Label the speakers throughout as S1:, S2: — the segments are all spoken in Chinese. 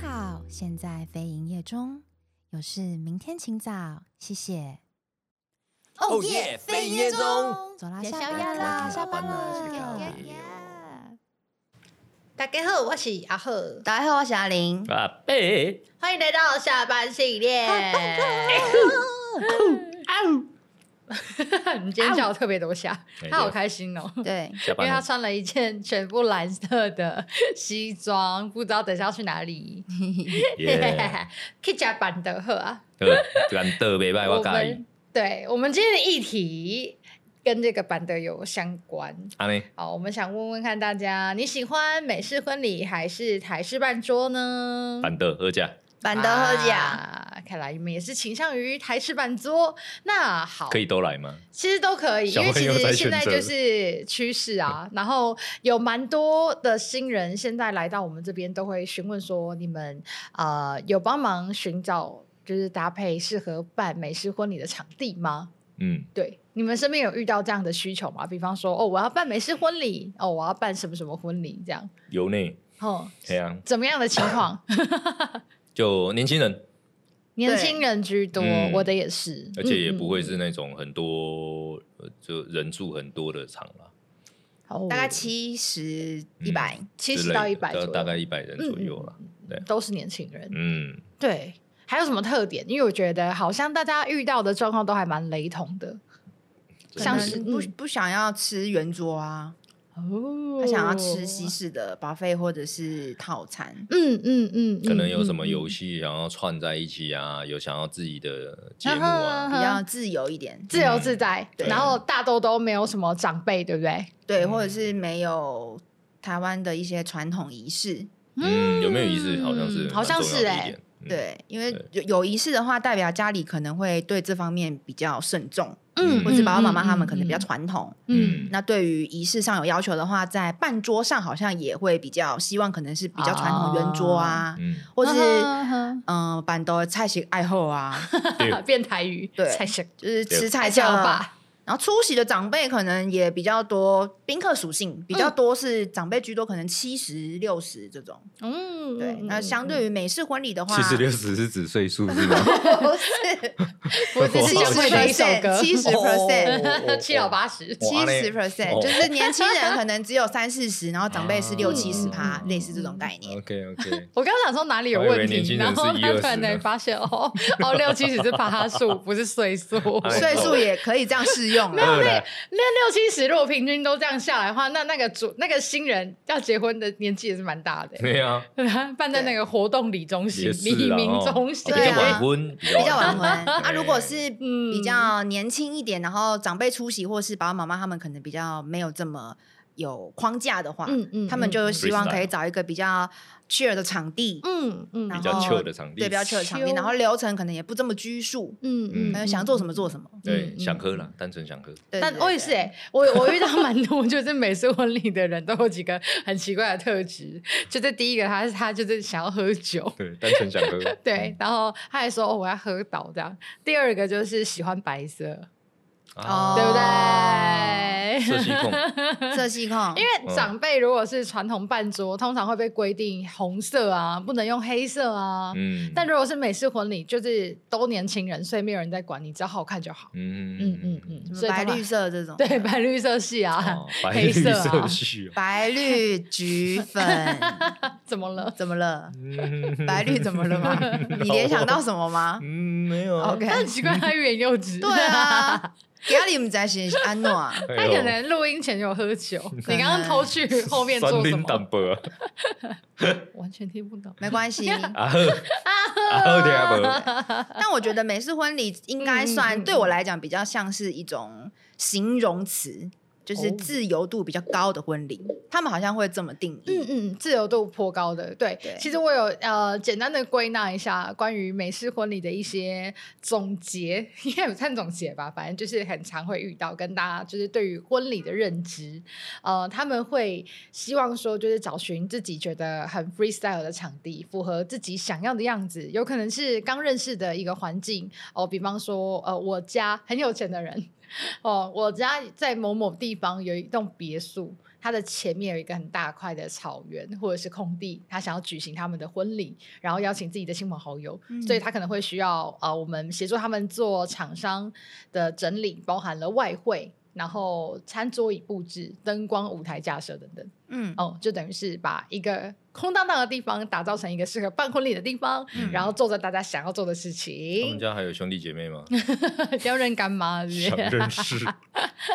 S1: 好，现在非营业中，有事明天请早，谢谢。
S2: 哦耶非营业中
S1: 走啦，
S3: 也
S1: 下
S3: 宵夜
S1: 班
S3: 啦
S1: 啦，
S3: 下
S1: 下
S3: 班
S1: 班
S3: 了
S1: 了。
S4: 大家好，我是阿赫，
S1: 大家好，我是阿玲。
S2: 啊贝，
S4: 欢迎来到下班系列。你今天叫我特别多下，他好开心哦。
S1: 对，
S2: 下
S4: 因
S2: 班
S4: 为他
S2: 了，
S4: 穿了一件全部蓝色的西装，不知道等一下要去哪里。
S2: 耶，
S4: 去加班的呵啊！
S2: 懒得袂歹，我
S4: 我
S2: 介意
S4: 们，对我们今天的议题跟这个板德有相关。
S2: 安尼，
S4: 好，我们想问问看大家，你喜欢美式婚礼还是台式办桌呢？
S2: 懒得好食，
S1: 板德喝假，
S4: 啊，看来你们也是倾向于台式办桌。那好，
S2: 可以都来吗？
S4: 其实都可以，因
S2: 小
S4: 为
S2: 朋
S4: 其
S2: 友在
S4: 实现在
S2: 选择
S4: 就是趋 势啊。然后有蛮多的新人现在来到我们这边，都会询问说你们呃有帮忙寻找就是搭配适合办美式婚礼的场地吗？
S2: 嗯，
S4: 对，你们身边有遇到这样的需求吗？比方说哦，我要办美式婚礼，哦，我要办什么什么婚礼这样，
S2: 有呢，
S4: 哦，
S2: 嘿啊，
S4: 怎么样的情况？
S2: 就年轻人，
S4: 年轻人居多，
S2: 嗯
S4: 我的也是，
S2: 而且也
S4: 嗯
S2: 不会是那种很多呃就人数很多的场啦，
S4: 嗯
S1: 大概七十一百，
S4: 七
S2: 之
S4: 十
S2: 类的
S4: 到一百左右，
S2: 大概一百人左右啦，对
S4: 都是年轻人。
S2: 嗯，
S4: 对，还有什么特点？因为我觉得好像大家遇到的状况都还蛮雷同的
S1: 可
S4: 像
S1: 能
S4: 是
S1: 不
S4: 嗯
S1: 不想要吃圆桌啊，
S4: 哦
S1: 他想要吃西。式的 buffet 或者是套餐。
S4: 嗯嗯嗯，
S2: 可能有什么游
S4: 戏
S2: 戏想要串在一起啊，有想要自己的节目啊，嗯
S1: 比较嗯自由一点，
S4: 嗯自由自在，
S2: 对
S4: 然后大多都没有什么长辈，对不对？
S1: 对，或者是没有台湾的一些传统仪式，
S2: 嗯，有没有仪式？好像是，
S4: 好像是
S2: 哎
S4: 哎，
S2: 嗯，
S1: 对，因为
S2: 对
S1: 有有仪式的话，代表家里可能会对这方面比较慎重，
S2: 嗯
S1: 或者是爸爸妈妈他们可能比较
S4: 嗯
S1: 传统。
S2: 嗯，
S1: 那对于仪式上有要求的话，在办桌上好像也会比较希望，可能是比较传统圆桌啊，
S2: 嗯，
S1: 或者是
S4: 嗯
S1: 嗯、呃板豆菜系爱好啊，
S2: 对，
S4: 变态语，
S1: 对
S4: 才是
S1: 就是吃菜
S4: 才
S1: 色
S4: 叫
S1: 啊。
S4: 吧，
S1: 然后出席的长辈可能也比较多，宾客属性比较多是长辈居多，可能七十六十这种。
S4: 嗯，
S1: 对，那相对于美式婚礼的话，
S2: 七十六十是指岁数是吗？
S1: 不是
S4: 我只是
S1: 七
S4: 想
S1: 十
S4: 会的一首歌，
S1: 七十 percent。
S4: 七老八十，
S2: 哦
S1: 七
S2: 哇嘞
S1: 十 percent
S2: 哦
S1: 就是年轻人可能只有三四十，然后长辈是六七十趴，
S2: 嗯
S1: 类似这种概念。
S2: OK OK，
S4: 我刚刚想说哪里有
S2: 我以为
S4: 问题，
S2: 年轻人
S4: 然
S2: 是
S4: 后他
S2: 120
S4: 突然
S2: 呢
S4: 间发现哦哦六七十是趴数，不是岁数。
S2: 哎
S1: 岁数也可以这样适用啊
S2: 没有
S1: 啦。
S2: 嘞，
S4: 那六七十如果平均都这样下来的话，那那个主那个新人要结婚的年纪也是蛮大的、
S2: 对啊，
S4: 办在那个活动礼中心
S2: 也、是
S4: 礼
S2: 啦
S4: 明
S2: 哦
S4: 中心，
S2: 比
S1: 对
S2: 较
S1: 啊
S2: 晚婚，比
S1: 比较晚 婚啊，
S2: 对
S1: 如果是
S4: 嗯
S1: 比较年轻一点，然后长辈出席或是爸爸妈妈他们可能比较没有这么有框架的话，
S4: 嗯嗯
S1: 他们就希望
S2: Freestyle
S1: 可以找一个比较 chill 的场地，
S4: 嗯嗯
S1: 然
S2: 比
S1: 后
S2: 较 chill 的场地，
S1: 对，比较 chill 的场地，
S4: Chill
S1: 然后流程可能也不这么拘束，
S4: 嗯
S1: 可能想做什么做什么。
S2: 对，
S4: 嗯
S2: 想喝啦，单纯想喝，
S1: 对
S4: 但
S1: 对
S4: 我也
S1: 对
S4: 是哎、我我遇到蛮多 就是美式婚礼的人都有几个很奇怪的特质，就是第一个他是他就是想要喝酒，
S2: 对，单纯想喝，嗯
S4: 对，然后他还说、哦、我要喝倒这样。第二个就是喜欢白色，哦
S1: 哦
S2: 啊
S4: 对不
S2: 色
S4: 对？
S2: 系 控，
S1: 色系控，因
S2: 嗯
S4: 因为长辈如果是传统办桌，通常会被规定红色啊，不能用黑色啊。
S2: 嗯，
S4: 但如果是美式婚礼，就是都年轻人，所以没有人在管你，只要好看就好。
S2: 嗯
S4: 嗯嗯嗯，所以
S1: 白
S4: 通常
S1: 绿色这种，
S4: 对白绿色系啊，
S2: 哦白
S4: 黑
S2: 绿
S4: 色啊
S2: 色，系 哦，
S1: 白绿橘 粉
S4: 怎么了？
S1: 怎么 了？
S2: 嗯
S1: 白绿怎么了吗？你联想到什么 吗
S2: 嗯，没有啊
S1: ？OK，
S4: 但很奇怪，他欲言又止。
S1: 对，啊，给你们在是安诺啊，
S2: 他
S4: 他可能录音前有 喝酒，
S1: 可
S4: 你刚刚
S1: 能
S4: 偷去后面做什么？
S2: 薄
S4: 完全听不懂。
S1: 没关系。
S2: 啊呵啊呵，听阿伯，
S1: 但我觉得美式婚礼应该
S4: 嗯嗯
S1: 算
S4: 嗯
S1: 对我来讲比较像是一种形容词，就是
S4: 哦
S1: 自由度比较高的婚礼，他们好像会这么定
S4: 嗯
S1: 义。
S4: 嗯，自由度颇高的。对，
S1: 对
S4: 其实我有呃简单的归纳一下关于美式婚礼的一些总结，应该有算总结吧，反正就是很常会遇到，跟大家就是对于婚礼的认知，呃，他们会希望说就是找寻自己觉得很 freestyle 的场地，符合自己想要的样子，有可能是刚认识的一个环境哦，比方说呃我家很有钱的人。哦，我家在某某地方有一栋别墅，它的前面有一个很大块的草原或者是空地，他想要举行他们的婚礼，然后邀请自己的亲朋好友，所以他可能会需要呃，我们协助他们做厂商的整理，包含了外汇。然后餐桌椅布置、灯光、舞台架设等等，
S1: 嗯，
S4: 哦，就等于是把一个空荡荡的地方打造成一个适合办婚礼的地方，
S1: 嗯
S4: 然后做着大家想要做的事
S2: 嗯他们
S4: 情。
S2: 家还有兄弟姐妹吗？
S4: 要认干妈是
S2: 想
S4: 不是？
S2: 认识，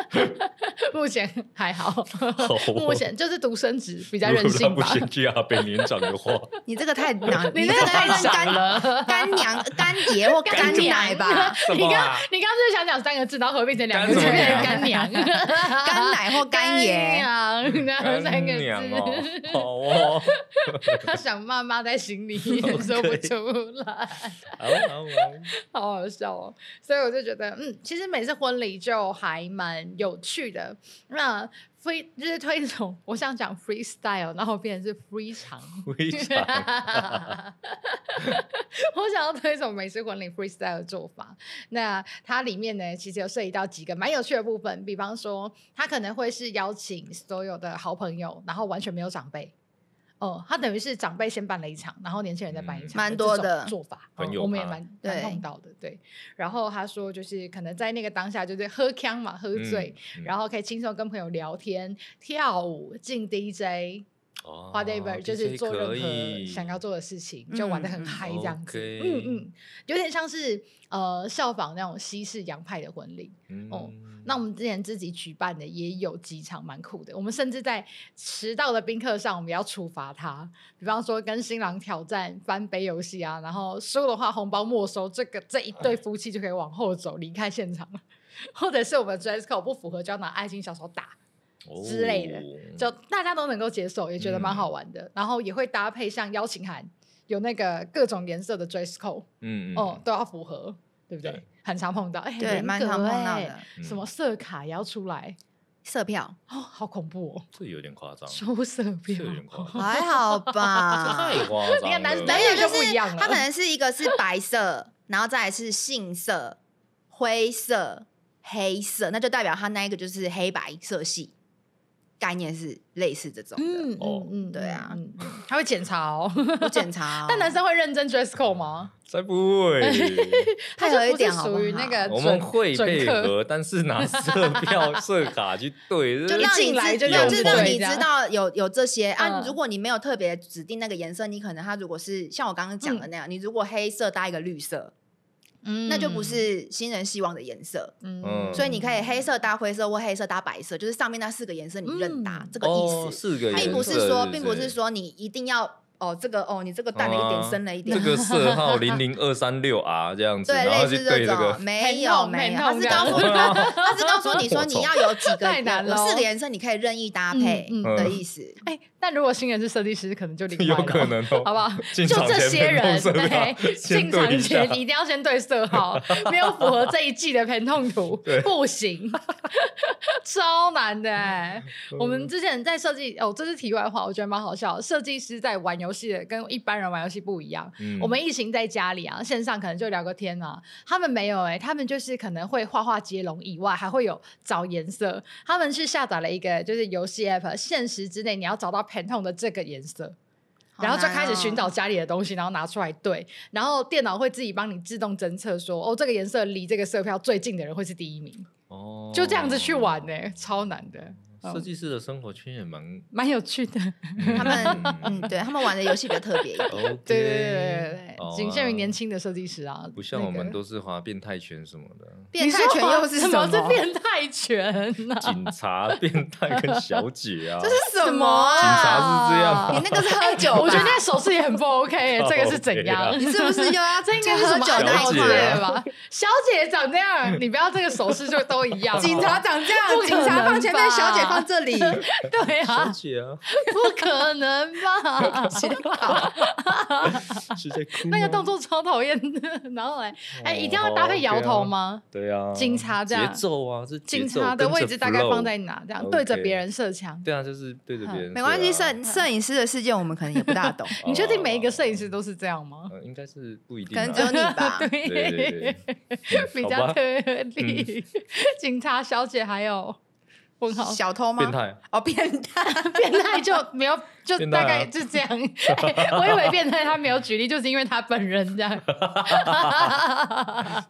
S4: 目前还好，
S2: 哦
S4: 目前就是独生子比
S2: 比
S4: 较任性
S2: 不
S4: 吧。
S2: 嫌弃阿北年长的话，
S1: 你这个太难，
S4: 你
S1: 你
S4: 这
S1: 这个
S4: 个太
S1: 太是
S4: 长
S1: 干
S4: 了，
S1: 干娘、干爷或干奶吧，
S2: 什
S4: 你
S2: 么
S4: 刚
S2: 啊？
S4: 你刚刚是想讲三个字，然后合并成两个字，
S2: 干什么
S4: 变
S2: 娘
S4: 成干娘、干
S1: 干奶或干爷。
S4: 娘， 然后三个
S2: 娘哦
S4: 字，，
S2: 好哦，
S4: 他想骂骂在 心里，说不出来。
S2: 好啊好好。
S4: 好好笑哦！所以我就觉得，嗯，其实每次婚礼就还蛮有趣的。那 free 就是推崇，我想讲 freestyle，然后变成是 free 场。
S2: 非常
S4: 我想要推崇美式婚礼 freestyle 的做法。那它里面呢，其实有涉及到几个蛮有趣的部分，比方说，它可能会是邀请所有的好朋友，然后完全没有长辈。哦，他等于是长辈先办了一场，然后年轻人再办一场，
S2: 嗯
S1: 蛮多的
S4: 做法，
S2: 很
S4: 嗯
S2: 有
S4: 我们也
S2: 趴
S4: 蛮蛮
S1: 对
S4: 碰到的，对。然后他说，就是可能在那个当下，就是喝腔嘛，喝醉，
S2: 嗯嗯
S4: 然后可以轻松跟朋友聊天、跳舞、进 DJ、
S2: 哦
S4: whatever，就是做任何想要
S2: 做
S4: 做的事情，就玩的很
S1: 嗯
S4: 嗨这样子。
S2: OK
S4: 嗯嗯，有点像是呃效仿那种西式洋派的婚礼。哦
S2: 嗯
S4: 那我们之前自己举办的也有几场蛮酷的，我们甚至在迟到的宾客上，我们也要处罚他，比方说跟新郎挑战翻杯游戏啊，然后输的话红包没收，这个这一对夫妻就可以往后走离开现场了， 或者是我们 dress code 不符合就要拿爱心小手打，之类的
S2: 哦嗯
S4: 就大家都能够接受，也觉得蛮好玩的，然后也会搭配像邀请函有那个各种颜色的 dress code，
S2: 嗯嗯
S4: 哦，都要符合，对不对？
S2: 对
S4: 很常碰到，哎、
S1: 对
S4: 人
S1: 蛮
S4: 格
S1: 常碰到
S4: 哎
S1: 的
S4: 什
S2: 嗯
S4: 么色卡也要出来，
S1: 色票
S4: 哦，好恐怖哦，
S2: 这有点夸张，
S4: 收色
S2: 这
S4: 票
S2: 有，点夸 张，
S1: 还好吧？
S2: 太夸张了。
S4: 你看男
S1: 没有，
S4: 就
S1: 就
S4: 不一
S1: 是
S4: 样了
S1: 它可能是一个是白色，然后再来是杏色、灰色、黑色，那就代表它那一个就是黑白色系，概念是类似这种的。
S4: 嗯
S2: 哦
S4: 嗯嗯，
S1: 对啊
S4: 嗯，嗯嗯他会检查哦。
S1: 我检查哦、
S4: 但男生会认真 dress code 吗？
S2: 才不 会，
S4: 他
S1: 配
S4: 就
S1: 合一
S4: 不是
S1: 点好不
S4: 属于那
S1: 好
S4: 个
S2: 我
S4: 准
S2: 们会
S4: 准
S2: 配
S4: 客，
S2: 合，但是拿色票、 色卡去对，
S1: 就
S2: 这
S1: 让
S4: 进
S1: 你
S4: 来就
S1: 知，
S4: 让
S1: 让
S4: 我们
S1: 就让
S4: 对
S1: 你
S4: 这样
S1: 知道有有这些啊
S4: 嗯。
S1: 如果你没有特别指定那个颜色，你可能它如果是像我刚刚讲的那样，你如果黑色搭一个绿色，
S4: 嗯
S1: 那就不，是新人希望的颜色。
S2: 嗯
S1: 所以你可以黑色搭灰色或黑色搭白色，就是上面那四个颜色你认搭
S4: 嗯
S1: 这个
S2: 哦
S1: 意思，
S2: 四个颜色，
S1: 并不是说，并不是
S2: 是
S1: 说你一定要哦这个哦你这个淡了一点，
S2: 啊
S1: 深了一点
S2: 这。个色号零零二三六 R 这 样子，
S1: 对，
S2: 然后
S1: 类
S2: 去
S1: 似
S2: 对
S1: 这
S2: 个
S1: 种，没有
S4: 很痛
S1: 没有，
S4: 很
S1: 他
S4: 痛
S1: 是告诉
S2: 这
S1: 你，
S2: 样
S1: 他是告诉你说你要有几个
S4: 太难
S1: 有
S4: 了
S1: 四个颜色，你可以任意搭配
S4: 嗯
S2: 嗯
S1: 的意思。
S4: 哎，但如果新人是设计师，可能就另外
S2: 有
S4: 了
S2: 可能哦，
S4: 好不好？
S2: 进
S4: 就
S2: 场
S4: 这
S2: 前
S4: 些
S2: 先
S4: 人
S2: 弄色票
S4: 对，
S2: 先
S4: 进
S2: 对
S4: 场
S2: 一
S4: 前
S2: 下
S4: 一定要先对色号，没有符合这一季的疼痛图不行， 超难的、欸。
S2: 嗯
S4: 我们之前在设计哦，这是题外话，我觉得蛮好笑的。设计师在玩游戏的跟一般人玩游戏不一样，
S2: 嗯
S4: 我们疫情在家里啊，线上可能就聊个天啊，他们没有哎、他们就是可能会画画接龙以外，还会有找颜色。他们是下载了一个就是游戏 app，限时之内你要找到 Pantone 的这个颜色。
S1: 好
S4: 然后就
S1: 难
S4: 开始寻
S1: 哦
S4: 找家里的东西，然后拿出来对，然后电脑会自己帮你自动侦测说，哦，这个颜色离这个色票最近的人会是第一名，
S2: 哦
S4: 就这样子去玩呢、超难的，嗯
S2: 设计师的生活圈也蛮，
S4: 蛮有趣的。
S1: 他 们嗯，对他们玩的游戏比较特别一点。
S2: OK，
S4: 对对对对对
S2: 好
S4: 对，
S2: 啊
S4: 仅限于年，轻的设计师啊，
S2: 不像我
S4: 那
S2: 们
S4: 个
S2: 都是滑变态拳什么的，
S1: 变态拳又是
S4: 什
S1: 么？
S4: 是变态拳呐、
S2: 警察、变态跟小姐 啊，
S1: 这是什么
S2: 警
S1: 啊？
S2: 察是这样吗
S1: 你那个是喝酒吧？
S4: 我觉得那个手势也很不 OK，欸 这个是怎样
S2: 靠？
S1: 你是不是又要 这
S4: 这应该是什
S1: 喝
S4: 么
S1: 酒那
S2: 啊小
S1: 一
S2: 姐
S1: 块
S2: 啊
S1: 了吧？
S4: 吧？小姐长这样，你不要这个手势就都一样。
S1: 警察长这
S4: 哦不
S1: 样，
S4: 可
S1: 警察
S4: 能
S1: 放刚前面小姐放这里，
S4: 对
S2: 小
S4: 啊，
S2: 姐啊，
S4: 不可能吧？
S2: 是在哭哦
S4: 那个
S2: 吗
S4: 动作超讨厌的，然后来，哎，
S2: 哦
S4: 一定要搭配摇头？吗？
S2: 对啊，对啊
S4: 警察这样
S2: 节奏啊，这节
S4: 警
S2: 奏
S4: 察的
S2: 跟着
S4: 位置大概放
S2: flow
S4: 在嗯哪？这样
S2: OK
S4: 对着别人射枪。
S2: 对啊，就是对着别人、
S1: 没关系，
S2: 对啊
S1: 摄摄影师的事件我们可能也不大 懂，
S4: 你确定每一个摄影师都是这样吗？
S2: 呃应该是不一
S1: 可
S2: 定啊，
S1: 能只有你 吧。
S2: 对对嗯对，嗯
S4: 比
S2: 好
S4: 较
S2: 吧
S4: 特例，警察小姐还有问 号。
S1: 小偷
S2: 变
S1: 吗？
S2: 态，
S1: 哦，变态，
S4: 变态就没有，就
S2: 变态啊
S4: 大概就这样。 哎我以为变态他没有举例，就是因为他本人 这样。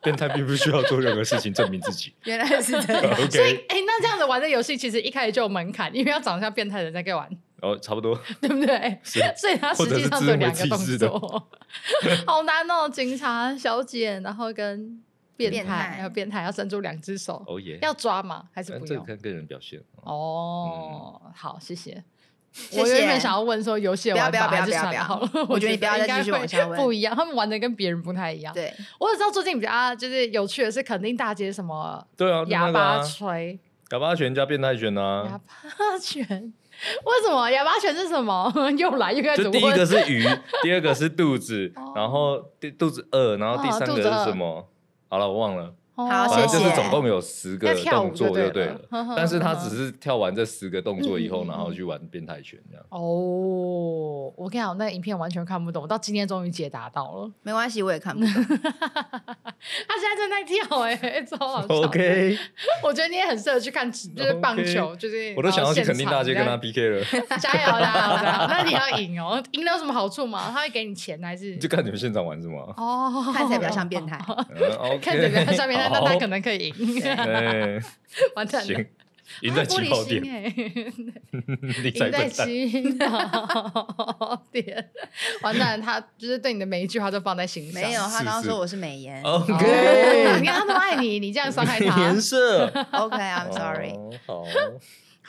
S2: 变态并不需要做任何事情证明自 己。哦
S1: 原来是这样。
S4: 所以
S2: OK，，
S4: 哎、那这样子玩的游戏其实一开始就有门槛，因为要长得像变态的人才可以玩，
S2: 然哦后差不多
S4: 对不对？
S2: 是
S4: 所以他实际上只有两个
S2: 或
S4: 动
S2: 者是自
S4: 作， 好难哦！警察小姐，然后跟变
S1: 变
S4: 态
S1: 态，
S4: 还有变态要伸出两只手，
S2: 哦耶，
S4: 要抓吗？还是
S2: 但
S4: 不
S2: 呃这个嗯
S4: 用？
S2: 看个人表现。
S4: 哦，好，谢谢。
S1: 谢
S4: 我原
S1: 谢
S4: 本想要问说游戏的
S1: 不要
S4: 玩
S1: 不要
S4: 法
S1: 不要
S4: 还是
S1: 不要
S4: 算了
S1: 不要
S4: 好了，
S1: 我觉得你不要
S4: 应
S1: 再
S4: 该
S1: 继续
S4: 会
S1: 往下问
S4: 不一样，他们玩的跟别人不太一样。
S1: 对，
S4: 我只知道最近比较啊就是有趣的是肯定大街什么
S2: 对啊，就
S4: 哑
S2: 那个
S4: 巴
S2: 啊
S4: 锤、
S2: 哑巴拳加变态拳
S4: 哑
S2: 啊，
S4: 巴拳， 为什么哑巴拳是什么？ 又来又开始
S2: 就第
S4: 问。
S2: 一个是 鱼，第二个是肚子
S4: 哦，
S2: 然后第肚子饿，然后第
S4: 哦
S2: 三
S4: 肚
S2: 个
S4: 子饿
S2: 是什么？好了，我忘了，
S4: 哦
S1: 好
S2: 反正
S1: 谢
S2: 就是
S1: 谢
S2: 总共有十
S4: 要
S2: 个
S4: 跳舞
S2: 动作
S4: 就对
S2: 就对
S4: 了
S2: 了
S4: 呵呵，
S2: 但是他
S4: 呵呵
S2: 只是跳完这十个动作以后，
S4: 嗯嗯嗯
S2: 然后去玩变态拳这样。
S4: 哦，我跟你讲，那影片完全看不懂，我到今天终于解答到了。
S1: 没关系，我也看不 懂。
S4: 他现在正在跳、哎， 超好笑。
S2: OK，
S4: 我觉得你也很适合去看，就是棒球，就是
S2: 我都想要去垦丁大街跟他
S4: 然后
S2: PK 了，
S4: 现场这样加油加油加油！那你要赢哦，赢了有什么好处吗？他会给你钱还是？
S2: 就看你们现场玩是吗？
S4: 哦，
S1: 看起来比较像变态，
S2: 嗯 OK，
S4: 看着在上面， 那那他可能可以赢，
S2: 哎，
S4: 完蛋了
S2: 行。， 赢在起跑点，
S4: 哎，
S2: 你
S4: 赢在
S2: 笨蛋。
S4: 起跑点， 完蛋了，他就是对你的每一句话都放在心上。
S1: 没有，他
S2: 是
S1: 刚刚
S2: 是
S1: 说我是美颜。
S4: 哦
S2: OK，
S4: 你看他那么爱你，你这样伤 害他
S2: 颜。色。
S1: OK，I'm sorry。
S2: 哦好，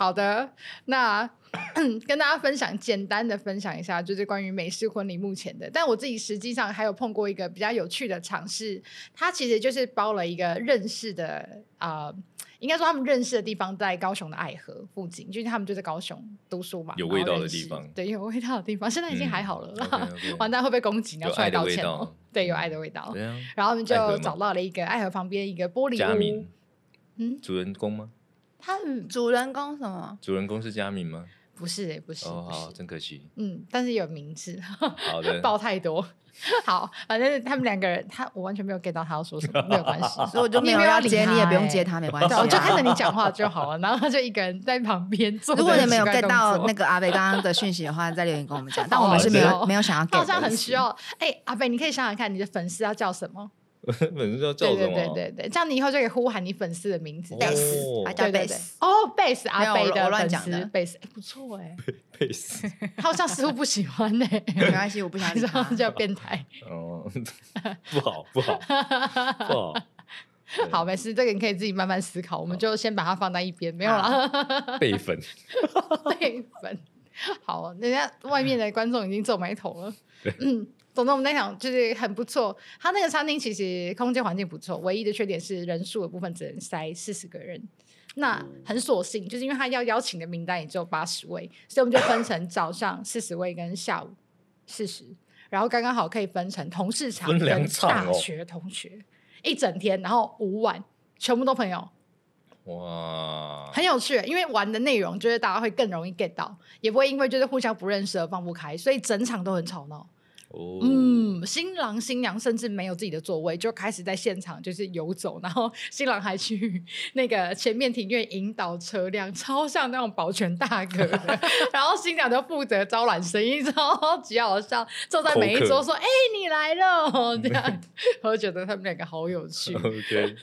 S4: 好的，那 跟大家分享，简单的分享一下，就是关于美式婚礼目前的。但我自己实际上还有碰过一个比较有趣的尝试，它其实就是包了一个认识的啊、呃应该说他们认识的地方在高雄的爱河附近，就是他们就在高雄读书嘛，
S2: 有
S4: 然后
S2: 味道的
S4: 认识
S2: 地方
S4: 对，有味道的地方，现在已经
S2: 嗯
S4: 还好了啦。
S2: OK，OK
S4: 完蛋会被攻击，你要
S2: 有
S4: 出来
S2: 爱的
S4: 道
S2: 味
S4: 歉、
S2: 道
S4: 哦。对，有爱的味道。
S2: 怎样？
S4: 然后他们就
S2: 爱河吗
S4: 找到了一个爱河旁边一个玻璃
S2: 佳
S4: 屋
S2: 敏，，
S4: 嗯，
S2: 主人公吗？
S4: 他嗯
S1: 主人公什么？
S2: 主人公是佳敏吗？
S4: 不是、欸、不是、
S2: 哦，
S4: 不是
S2: 好，真可惜。
S4: 嗯，但是有名字，
S2: 好的，
S4: 报太多。好，反正他们两个人，他我完全没有 get 到他要说什么，没有关系。
S1: 所以我就没有
S4: 你也没有
S1: 要
S4: 理
S1: 接，
S4: 他
S1: 你也不
S4: 欸
S1: 用接他，没关系
S4: 对，
S1: 啊。
S4: 我就 看着你讲话就好了，然后他就一个人在旁边做。
S1: 如果你们有 get 到那，个阿北刚刚的讯息的话，再留言跟我们讲。但我们是没
S4: 好
S1: 有
S4: 的
S1: 没有想要 get，
S4: 他好像
S1: 的
S4: 很需要。哎、阿北，你可以想想看，你的粉丝要叫什么？
S2: 本身叫叫
S4: 对
S2: 什
S4: 对
S2: 么？
S4: 对对对，这样你以后就可以呼喊你粉丝的名字。
S2: 哦
S4: 对
S1: base，他叫
S4: 对对对
S1: base。，
S4: 哦，base
S1: 没有
S4: 阿北
S1: 我
S4: 的
S1: 乱
S4: 粉
S1: 讲
S4: 丝
S1: 的
S4: base，哎、不错哎、
S2: 贝斯。
S4: 他好像似乎不喜欢欸呢、
S1: 没关系，我不 想理
S4: 然后
S1: 他
S4: 他。叫变态。
S2: 哦， 不好，不好，不好。对
S4: 好，，没事，这个你可以自己慢慢思考，我们就先把它放在一边，没有啦。
S2: 备份。
S4: 备份。好，人家外面的观众已经皱眉头 了。嗯， 总之我们在想，就是很不错。他那个餐厅其实空间环境不错，唯一的缺点是人数的部分只能塞四十个人。那很索性，就是因为他要邀请的名单也只有八十位，所以我们就分成早上四十位跟下午四十，然后刚刚好可以分成同事场
S2: 分
S4: 跟
S2: 两场
S4: 大
S2: 哦
S4: 学同学一整天，然后五晚全部都朋友，
S2: 哇，
S4: 很有趣，因为玩的内容就是大家会更容易 get 到，也不会因为就是互相不认识而放不开，所以整场都很吵闹。
S2: 哦，
S4: 嗯，新郎新娘甚至没有自己的座位，就开始在现场就是游走，然后新郎还去那个前面庭院引导车辆，超像那种保全大哥的然后新娘就负责招揽生意，哦超级好笑，坐在每一桌说：“哎、你来了。”这样，我就觉得他们两个好有趣。
S2: OK，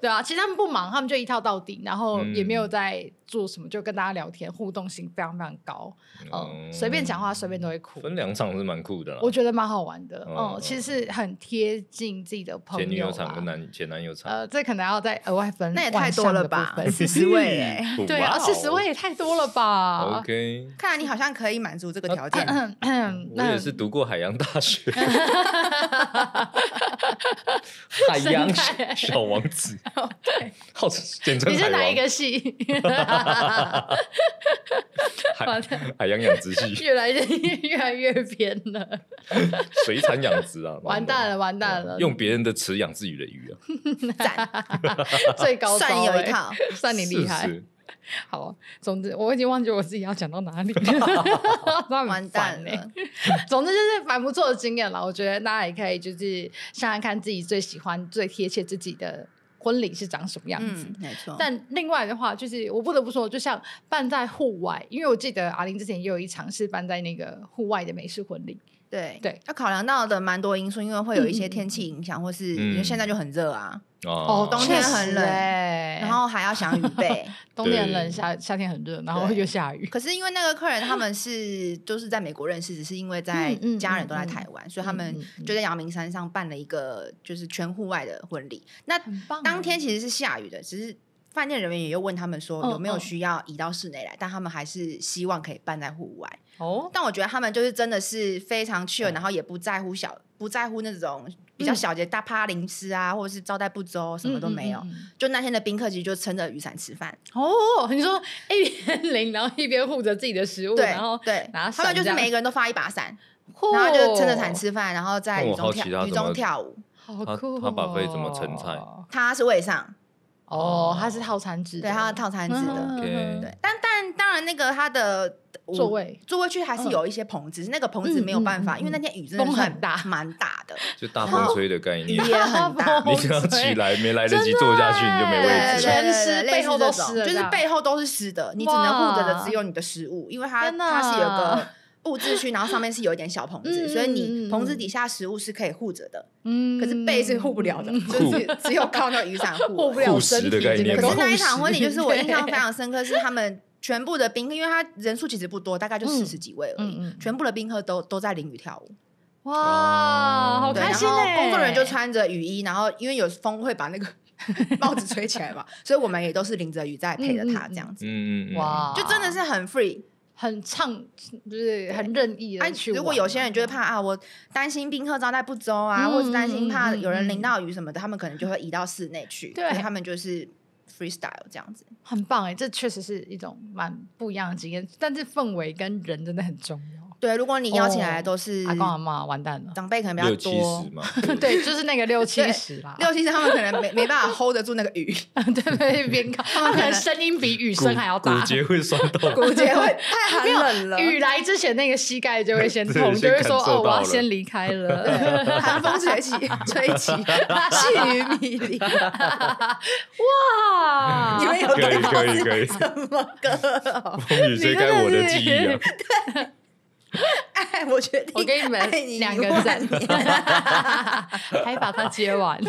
S4: 对啊，其实他们不忙，他们就一套到底，然后
S2: 嗯
S4: 也没有在做什么，就跟大家聊天，互动性非常非常高。嗯，随便讲话，随便都会哭，
S2: 哦嗯分两场是蛮酷的啦。
S4: 我觉得蛮好玩的。
S2: 哦
S4: 嗯，其实是很贴近自己的朋
S2: 前女
S4: 友
S2: 友
S4: 啦
S2: 场跟男前男友场，
S4: 呃，这可能要再额外分，
S1: 那也太多了吧
S4: 四十
S1: 40位 欸
S4: 对啊，四十位。也啊太多了 吧？
S2: 哦 OK，
S1: 看来你好像可以满足这个条件。
S4: 嗯，
S2: 我也是读过海洋大学，海洋
S4: 生态哦
S2: 小王子， 号简称
S4: 你是
S2: 海
S4: 哪一
S2: 王，
S4: 个系？
S2: 海 海洋养殖 系，
S4: 越来越越来越偏了，
S2: 水产养殖啊，
S4: 完蛋了，完蛋了！
S2: 用别人的词养自己的鱼啊，
S1: 赞，
S4: 最高招
S1: 算你有一
S4: 欸，
S1: 套。
S4: 算你厉害
S2: 是。不是
S4: 好，总之我已经忘记我自己要讲到哪 里了，那很
S1: 完
S4: 烦
S1: 蛋
S4: 欸
S1: 了，
S4: 总之就是蛮不错的经验了，我觉得大家也可以就是想想看自己最喜欢、最贴切自己的婚礼是长什么样子。
S1: 嗯，没错。
S4: 但另外的话，就是我不得不说，就像办在户外，因为我记得阿玲之前也有一场是办在那个户外的美式婚礼，
S1: 对
S4: 对，
S1: 要考量到的蛮多因素，因为会有一些天气影响，或是因为
S2: 嗯
S1: 现在就很热啊，
S2: 哦
S1: 冬天很冷
S4: 确实欸
S1: 然后还要想雨备。
S4: 冬天很
S2: 对
S4: 冷，夏夏天很热，然后
S1: 对
S4: 又下雨。
S1: 可是因为那个客人他们是就是在美国认识，只是因为在
S4: 嗯嗯
S1: 家人
S4: 嗯
S1: 都在
S4: 嗯
S1: 台湾，所以他们
S4: 嗯嗯
S1: 就在阳明山上办了一个就是全户外的婚礼。那
S4: 很棒
S1: 当
S4: 欸
S1: 天其实是下雨的，只是饭店人员也又问他们说
S4: 嗯
S1: 有没有
S4: 嗯
S1: 需要移到室内来，但他们还是希望可以办在户外。
S4: 哦，
S1: 但我觉得他们就是真的是非常 chill，、
S2: 嗯
S1: 然后也不在乎小，不在乎那种比较小节大趴零吃啊，或者是招待不周，什么都没有。
S4: 嗯嗯嗯嗯
S1: 就那天的宾客其实就撑着雨伞吃饭，
S4: 哦，你 说一边淋，然后一边护着自己的食物，
S1: 对
S4: 哦然后，
S1: 对，
S4: 拿
S1: 他
S4: 伞
S1: 们就
S4: 这
S1: 是
S4: 样哦
S1: 每一个人都发一把伞，
S4: 嚯
S1: 然后就撑着伞，吃饭，然后在
S2: 那
S1: 雨
S2: 我
S1: 中
S2: 好
S1: 跳
S2: 奇他
S1: 雨
S2: 怎
S1: 中
S2: 么
S1: 跳舞。
S4: 好
S2: 他
S4: 酷、哦！
S2: 他把费怎么盛菜
S1: 他是位上，
S4: 哦，它是套餐制的，
S1: 对，他是套餐制的，
S4: 嗯
S2: OK
S1: 对。但但当然，那个他的我
S4: 座位嗯
S1: 座位区还是有一些棚子，只是那个棚子没有办法，
S4: 嗯嗯嗯
S1: 因为那天雨真的
S4: 风
S1: 算
S4: 很大
S1: 蛮大的，
S2: 就大风吹的概
S1: 雨
S2: 念，
S1: 也很大，
S4: 哦
S2: 你只要起来没来得及坐下去，你就没
S1: 对
S2: 位
S1: 对
S2: 置
S1: 对
S2: 了。
S4: 全湿
S1: 对对
S4: 背后都
S1: 类似这种
S4: 湿了
S1: 就是
S4: 这样
S1: 背后都是湿的，你只能护着的
S4: 哇
S1: 只有你的食物，因为它
S4: 天哪
S1: 它是有个布置区，然后上面是有一点小棚
S4: 嗯
S1: 子，所以
S4: 嗯嗯
S1: 你棚子
S4: 嗯
S1: 底下食物是可以护着的，
S4: 嗯
S1: 可是背是护不了的，就是 只有靠那雨伞护
S4: 护不
S1: 而已
S4: 了
S2: 护
S4: 身体
S2: 食的概念
S4: 整
S1: 可
S4: 个
S1: 是那一
S4: 护
S1: 场
S4: 食
S1: 婚礼，就是我印象
S4: 对
S1: 非常深刻，是他们全部的宾客，因为他人数其实不多，大概就
S4: 嗯
S1: 四十几位而已，
S4: 嗯嗯
S1: 全部的宾客都都在淋雨跳舞。
S4: 哇，
S2: 哦
S4: 好
S1: 对，
S4: 开
S1: 然
S4: 心
S1: 后
S4: 欸！
S1: 工作人员就穿着雨衣，然后因为有风会把那个 帽子吹起来嘛，所以我们也都是淋着雨在陪着他
S4: 嗯嗯
S1: 这
S4: 嗯
S1: 样子，
S2: 嗯嗯嗯，
S4: 哇，
S1: 就真的是很 free。
S4: 很畅，就是很任意
S1: 哎
S4: 的去玩。嗯
S1: 如果有些人就会怕啊，我担心宾客招待不周啊，或者担心怕有人淋到雨什么的，他们可能就会移到室内去。
S4: 嗯对
S1: 可是他们就是 freestyle 这样子。
S4: 很棒哎，这确实是一种蛮不一样的经验，但是氛围跟人真的很重要。
S1: 对，如果你邀请来
S4: 哦
S1: 的都是
S4: 阿公阿妈完蛋了，
S1: 长辈，可能比较
S2: 六七
S1: 多
S2: 十。嘛，
S4: 对，就是那个六七
S1: 对
S4: 十 啦，
S1: 六七十他们可能没没办法 hold 得住那个 雨，
S4: 对对，边靠，他
S1: 们
S4: 可
S1: 可
S4: 能
S1: 能
S4: 声音比雨
S2: 骨
S4: 声还要 大
S2: 骨。节会酸 痛。
S1: 骨节会太寒冷了。
S4: 雨来之前，那个膝盖就 会先
S2: 对
S4: 痛，就
S2: 先
S4: 会说
S2: 感受
S4: 哦，我
S2: 到
S4: 要
S2: 了
S4: 先离开 了。
S1: 对 寒风吹起，吹起，细雨迷离。
S4: 哇，
S1: 你们有
S2: 可以
S1: 听到
S2: 可以
S1: 是
S2: 可以，
S1: 什么歌？
S2: 风雨吹开我的记忆啊！
S1: 爱哎我决定，
S4: 我给你们
S1: 爱你
S4: 两个
S1: 一万
S4: 赞
S1: 年，
S4: 还把它接完，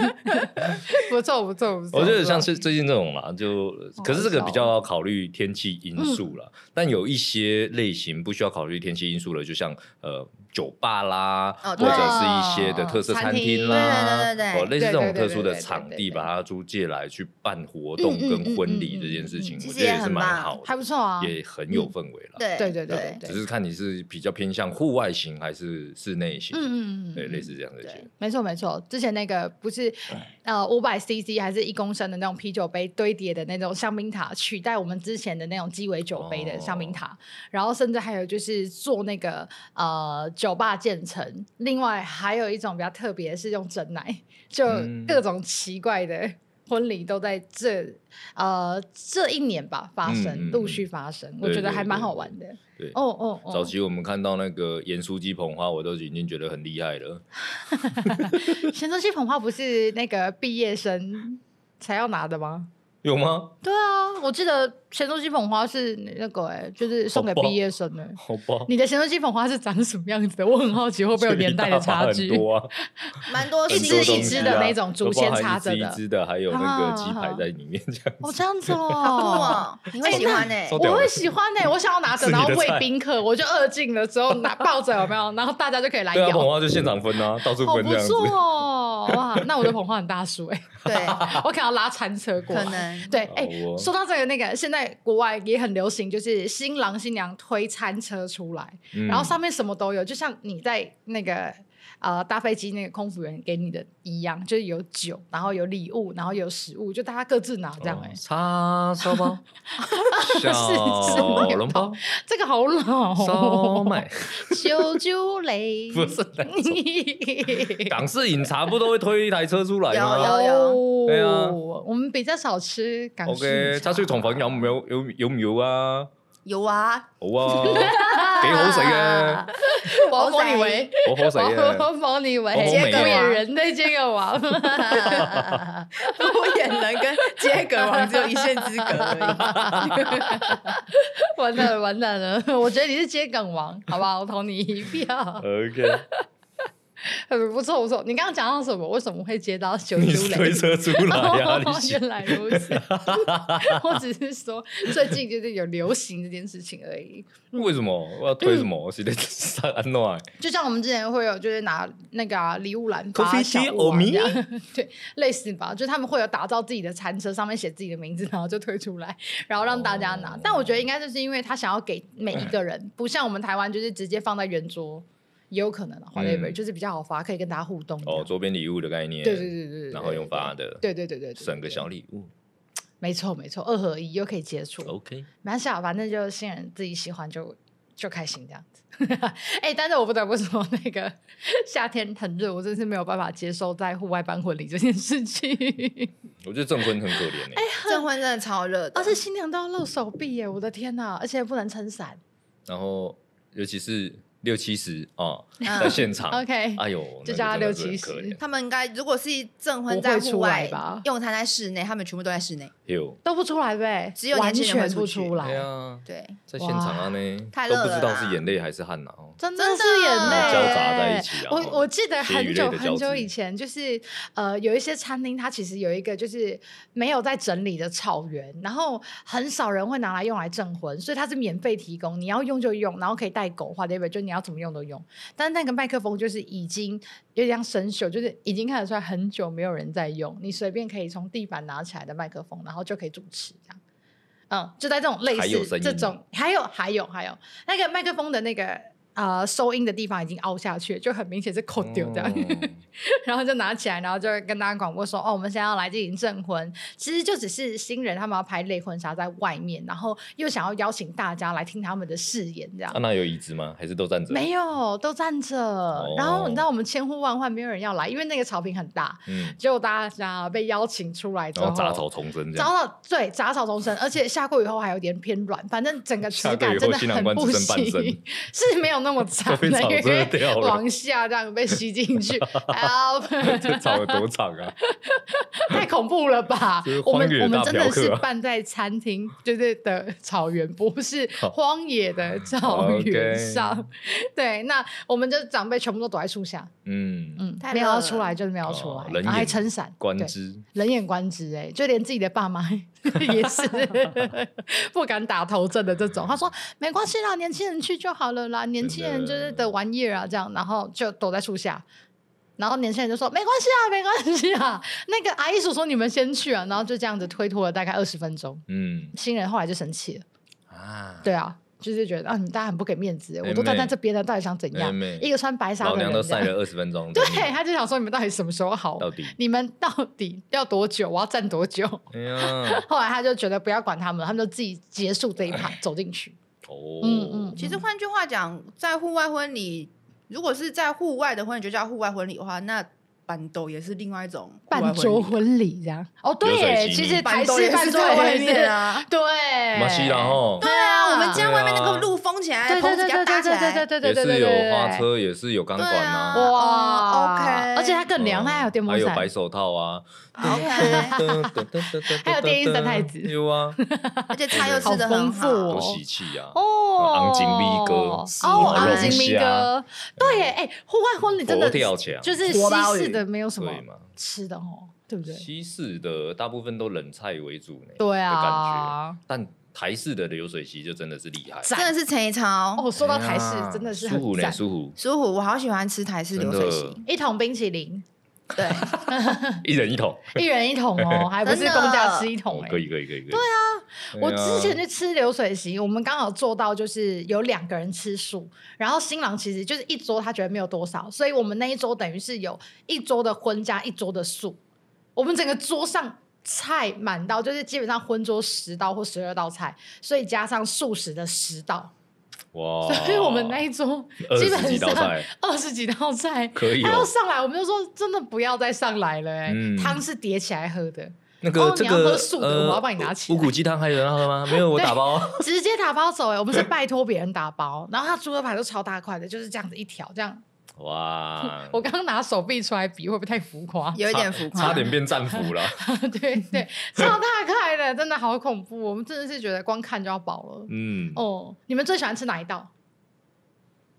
S4: 不错不错不错。
S2: 我觉得
S4: 不错
S2: 像是最近这种啦，就
S4: 好
S2: 可是这个
S4: 笑
S2: 比较要考虑天气因
S4: 嗯
S2: 素啦。但有一些类型不需要考虑天气因素了，就像呃酒吧啦，
S1: 哦
S2: 或
S1: 对
S2: 者是一些的特色
S4: 餐
S2: 餐
S4: 厅
S2: 厅啦，
S1: 对对对对
S2: 哦，类似这
S4: 对对
S2: 种
S4: 对
S2: 特殊
S4: 对
S2: 的
S4: 对
S2: 场
S4: 对
S2: 地，
S4: 对
S2: 把它租借来去办活动
S4: 嗯嗯
S2: 跟婚
S4: 嗯
S2: 礼
S4: 嗯
S2: 这件事
S4: 嗯
S2: 情，
S1: 其
S2: 我
S1: 实
S2: 觉得
S1: 也
S2: 也是
S1: 很
S2: 蛮
S1: 棒
S2: 好
S4: 还
S2: 的，
S4: 不错啊，
S2: 也很有氛围啦。
S1: 对
S4: 对对对嗯
S1: 对
S4: 对，
S2: 只是看你是比较偏向户外型还是室内型，
S4: 嗯嗯嗯，
S2: 对，
S4: 嗯
S2: 类似这样的一些
S1: 对。
S4: 没错没错，之前那个不是呃五百 CC 还是一公升的那种啤酒杯堆叠的那种香槟塔，取代我们之前的那种鸡尾酒
S2: 哦
S4: 杯的香槟塔，然后甚至还有就是做那个呃酒吧建成，另外还有一种比较特别的是用真奶，就
S2: 嗯
S4: 各种奇怪的。婚礼都在这呃这一年吧发生，
S2: 嗯嗯嗯
S4: 陆续发生，我
S2: 对
S4: 觉得
S2: 对
S4: 还蛮
S2: 对
S4: 好
S2: 对
S4: 玩的。
S2: 对
S4: 哦哦哦，
S2: 早期 我们看到那个盐酥鸡捧花，我都已经觉得很厉害了。
S4: 咸酥鸡捧花不是那个毕业生才要拿的吗？
S2: 有吗？
S4: 对啊，我记得咸酥鸡捧花是那个哎、就是送给
S2: 好棒
S4: 毕业生的、
S2: 好吧，
S4: 你的咸酥鸡捧花是长什么样子的？我很好奇会不会有年代的差距
S2: 很。多 啊，
S1: 蛮多
S4: 一
S2: 很
S1: 新
S2: 多
S4: 只
S2: 东
S4: 一
S2: 西
S4: 只
S2: 啊
S4: 的那种竹
S2: 都包
S4: 签
S2: 含
S4: 插着
S2: 一只
S4: 的
S2: 一只的，还有那个
S4: 啊
S2: 鸡排在里面这样
S4: 哦，
S2: 子。
S4: 这样子哦，哎
S1: 好酷哦，你会喜欢呢？
S2: 都
S4: 我
S2: 屌
S4: 会
S2: 了
S4: 喜欢欸呢、我想要拿着，
S2: 是你
S4: 然
S2: 的
S4: 后喂
S2: 菜
S4: 宾客，我就二进的时候拿抱着有没有？然后大家就可以来
S2: 对
S4: 咬，
S2: 啊，捧花就现场分啊，到处
S4: 好
S2: 分这
S4: 不
S2: 样子。
S4: 错哎哦！哇，那我的捧花很大叔哎、
S1: 对，
S4: 我可能要拉餐车过来。
S1: 可能
S4: 对，
S2: 好
S4: 哎、
S2: 哦
S4: 说到这个，那个现在国外也很流行，就是新郎新娘推餐车出来，
S2: 嗯
S4: 然后上面什么都有，就像你在那个呃搭飞机那个空服员给你的一样，就是有酒，然后有礼物，然后有食物，就大家各自拿这样哎、
S2: 叉哦烧包、小笼包、
S4: 这个好老、哦
S2: 烧麦，
S1: 啾啾雷，
S2: 不是那种港式饮茶不都会推一台车出来吗？
S1: 有有
S2: 对啊
S4: 哦我们比较少吃港式
S2: OK，
S4: 茶
S2: 叉燒同粉有唔有有有唔有啊？
S1: 有啊，
S2: 好 啊，幾好食嘅，
S4: 我
S1: 我
S4: 封你为，
S2: 好好食 嘅。
S4: 我封你为
S2: 我封你
S4: 接
S2: 啊
S4: 个人对接个王，
S1: 敷衍人跟接梗王只有一线之隔而
S4: 完蛋了完蛋了， 我觉得你是接梗王，好不好？我投你一票，
S2: OK，
S4: 很不错不错。你刚刚讲到什么？为什么会 接到九
S2: 你
S4: 九
S2: 是推
S4: 雷？
S2: 车出来 啊？
S4: 哦
S2: 你是
S4: 原来如 此，我只是说最近就是有流行这件事情而已。
S2: 为什么我要推什么？
S4: 嗯
S2: 我是在上安诺哎，
S4: 就像我们之前会有，就是拿那个啊礼、物篮
S2: 咖
S4: 发
S2: 啡
S4: 小
S2: 机
S4: 物
S2: 欧
S4: 啊
S2: 米
S4: 这样，对，类似吧。就是他们会有打造自己的餐车，上面写自己的名字，然后就推出来，然后让大家拿。
S2: 哦
S4: 但我觉得应该就是因为他想要给每一个人，不像我们台湾就是直接放在圆桌，也有可能啊，whatever，、
S2: 嗯
S4: 就是比较好发，可以跟大家互动这样。
S2: 哦，周边礼物的概念，
S4: 对对对对对，
S2: 然后用发
S4: 发，
S2: 的，
S4: 对对对对，对
S2: 省个小，礼物
S4: 对没错没错，二合一又可以接触。
S2: ，OK，
S4: 蛮小，反正就是新人自己喜欢就就开心这样子。 哎、但是我不得不说，那个夏天很热，我真是没有办法接受在户外办婚礼这件事情。
S2: 我觉得证婚很可怜哎，
S1: 已。 哦证婚真的超热的，
S4: 而且新娘都要露手臂耶，我的天哪！而且不能撑伞。
S2: 然后尤其是六七十啊，
S1: 嗯
S2: 在现场
S4: OK，
S2: 哎呦，
S4: 就叫他
S2: 那个真的
S4: 六七
S2: 是很可
S4: 十
S2: 怜，
S1: 他们应该如果是证婚在户
S4: 不会
S1: 外
S4: 出来吧
S1: 用餐在室内，他们全部都在室内。
S2: 有，
S4: 都不出来呗，
S1: 只有
S4: 完
S1: 年轻人
S4: 全
S1: 会
S4: 不
S1: 出去
S4: 出来，
S2: 对啊，
S1: 对，
S2: 在现场啊呢，
S1: 太
S2: 都
S1: 热
S2: 不知
S1: 了
S2: 道
S1: 啦
S2: 是眼泪还是汗呐、哦。
S4: 真的
S1: 真的
S4: 是眼泪
S2: 交杂在一起啊
S4: 我我记得
S2: 血与
S4: 很
S2: 泪
S4: 久
S2: 的交
S4: 很久
S2: 织
S4: 以前，就是呃，有一些餐厅它其实有一个就是没有在整理的草原，然后很少人会拿来用来证婚，所以它是免费提供，你要用就用，然后可以带狗花 whatever，就你要怎么用都用。但是那个麦克风就是已经有点像生锈，就是已经看得出来很久没有人在用，你随便可以从地板拿起来的麦克风，然后就可以主持这样。嗯，就在这种类
S2: 还有声
S4: 似
S2: 音
S4: 这种，还有还有还有那个麦克风的那个呃收音的地方已经凹下去了，就很明显是扣丢这样，
S2: 哦 嗯
S4: 然后就拿起来，然后就跟大家广播说：“哦，我们现在要来进行证婚。”其实就只是新人他们要拍类婚纱在外面，然后又想要邀请大家来听他们的誓言这样。
S2: 啊，那有椅子吗？还是都哦站着？
S4: 没有，都站着。然后你知道我们千呼万唤，没有人要来，因为那个草坪很大。
S2: 嗯，
S4: 结果大家被邀请出来之
S2: 然
S4: 后，
S2: 后杂草丛生这
S4: 找
S2: 样。
S4: 到对杂草丛生，而且下过雨后还有点偏软，反正整个质
S2: 下个
S4: 感
S2: 雨
S4: 真
S2: 后
S4: 的
S2: 新郎
S4: 很
S2: 官
S4: 不
S2: 只剩半身
S4: 行，， 是没有那么 长
S2: 被
S4: 的，
S2: 草
S4: 因
S2: 真的
S4: 为
S2: 掉了
S4: 往下这样被吸 进去，help，
S2: 这草有多长啊？
S4: 太恐怖了吧
S2: 这是？
S4: 我
S2: 荒
S4: 们
S2: 野
S4: 我们
S2: 大
S4: 真
S2: 嫖
S4: 的
S2: 客
S4: 是
S2: 啊
S4: 办在餐厅，就是的草原，不是荒野的草
S2: OK
S4: 原上。 对，那我们就长辈全部都躲在树下，
S2: 嗯，
S4: 嗯
S1: 太，
S4: 没有
S1: 热
S4: 要
S1: 了
S4: 出来就是没有要出
S2: 哦
S4: 来，
S2: 冷
S4: 然后还
S2: 眼
S4: 撑伞，
S2: 观
S4: 对
S2: 之。
S4: 冷眼观之、哎，就连自己的 爸妈也是不敢打头阵的这种。他说没关系啦，年轻人去就好了啦，年轻人就是的玩意儿啊，这样，然后就躲在树下。然后年轻人就说没关系啊，没关系啊。那个阿姨叔叔你们先去啊，然后就这样子推脱了大概二十分钟。
S2: 嗯
S4: 新人后来就生气了，
S2: 啊，
S4: 对啊，就是觉得啊，你们大家很不给面子、哎
S2: 妹
S4: 我都站在这边了，到底想怎样
S2: 妹？妹
S4: 一个穿白纱
S2: 老
S4: 的
S2: 娘
S4: 人
S2: 都
S4: 的，
S2: 晒了二十分钟，
S4: 对，
S2: 等你
S4: 他就想说你们到底什么时候好？
S2: 到 底，
S4: 你们到底要多久？我要站多久？
S2: 哎呀，
S4: 后来他就觉得不要管他们了，他们就自己结束这一趴，走进去。
S2: 哦，
S4: 嗯嗯，
S1: 其实换句话讲，在户外婚礼，如果是在户外的婚礼就叫户外婚礼的话，那板斗也是另外一种户外
S4: 半桌
S1: 婚礼，
S4: 婚礼这样。哦，对
S2: 流水
S4: 耶，
S2: 席
S4: 其实台
S1: 板斗也
S4: 式
S1: 是
S4: 半桌
S1: 在外
S4: 婚礼
S1: 面，啊。
S4: 对，
S2: 马西然后
S1: 对啊，我们
S4: 对
S1: 家外面那个路封起来，
S4: 对
S1: 棚
S4: 对
S1: 子
S4: 对
S1: 给它
S4: 对
S1: 搭
S4: 对
S1: 起
S4: 对对
S1: 来，
S4: 对对
S2: 也
S4: 对对
S2: 是
S4: 对，
S2: 有
S4: 对
S2: 花。车，也是有钢管
S1: 对啊
S2: 啊，
S4: 哇、
S1: 哦，OK
S4: 而且它更凉，
S2: 嗯
S4: 它还有电
S2: 还
S4: 风
S2: 有
S4: 扇，
S2: 白手套 啊，
S1: OK
S2: 还
S4: 还有电音三太子
S2: 有啊，
S1: 而且菜又吃的
S4: 好
S1: 很
S4: 丰富
S1: 好，
S4: 哦
S2: 多喜气啊，
S4: 哦，
S2: 昂金咪哥
S4: 哦，
S1: 然后
S4: 昂金咪哥
S2: 龙，
S4: 对耶，哎、户外婚礼真
S2: 佛
S4: 的
S2: 跳墙
S4: 就是
S1: 活鲍
S4: 西
S1: 鱼
S4: 式的，没有什么
S2: 对嘛？
S4: 吃的哦，对不对？
S2: 西式的大部分都冷菜为主呢，
S4: 对
S2: 的感觉。
S4: 啊，
S2: 但台式的流水席就真的是厉害，
S4: 赞
S1: 真的是陈一超，
S4: 哦，说到台
S2: 哎呀
S4: 式真的是
S2: 舒服
S4: 很
S2: 呢，
S4: 赞，
S2: 舒服，
S1: 舒服，我好喜欢吃台式流水席，
S4: 一桶冰淇 淋，
S1: 对，
S2: 一人一桶，
S4: 一人一桶哦，还不是
S1: 真的
S4: 公价吃一桶
S2: 哦
S4: 哎、
S2: 可以可以可以可以，对啊，
S4: 我
S2: 对啊
S4: 之前去吃流水席，我们刚好做到就是有两个人吃素，然后新郎其实就是一桌，他觉得没有多少，所以我们那一桌等于是有一桌的荤加一桌的素，我们整个桌上菜满到就是基本上荤桌十道或十二道菜，所以加上素食的十道，
S2: 哇，
S4: 所以我们那一桌
S2: 哦二十
S4: 基本
S2: 几道
S4: 上
S2: 菜
S4: 二十几道菜。
S2: 可以
S4: 他要
S2: 哦，
S4: 上来，我们就说真的不要再上来了、欸，
S2: 嗯
S4: 汤是叠起来喝的，
S2: 那
S4: 哦
S2: 个这
S4: 你要喝
S2: 个
S4: 素的
S2: 呃，
S4: 我要帮你拿起
S2: 五
S4: 来
S2: 谷鸡汤还有人要喝 吗？没有，我打包。
S4: 直接打包走哎、欸，我们是拜托别人打包，然后他猪肉排都超大块的，就是这样子一条这样。
S2: 哇，
S4: 我刚刚拿手臂出来比，会不会太浮 夸？
S1: 有一点浮夸，
S2: 差点变战俘 了。
S4: 对对，超大块的，真的好恐怖。我们真的是觉得光看就要饱了。
S2: 嗯，
S4: 哦，你们最喜欢吃哪一道？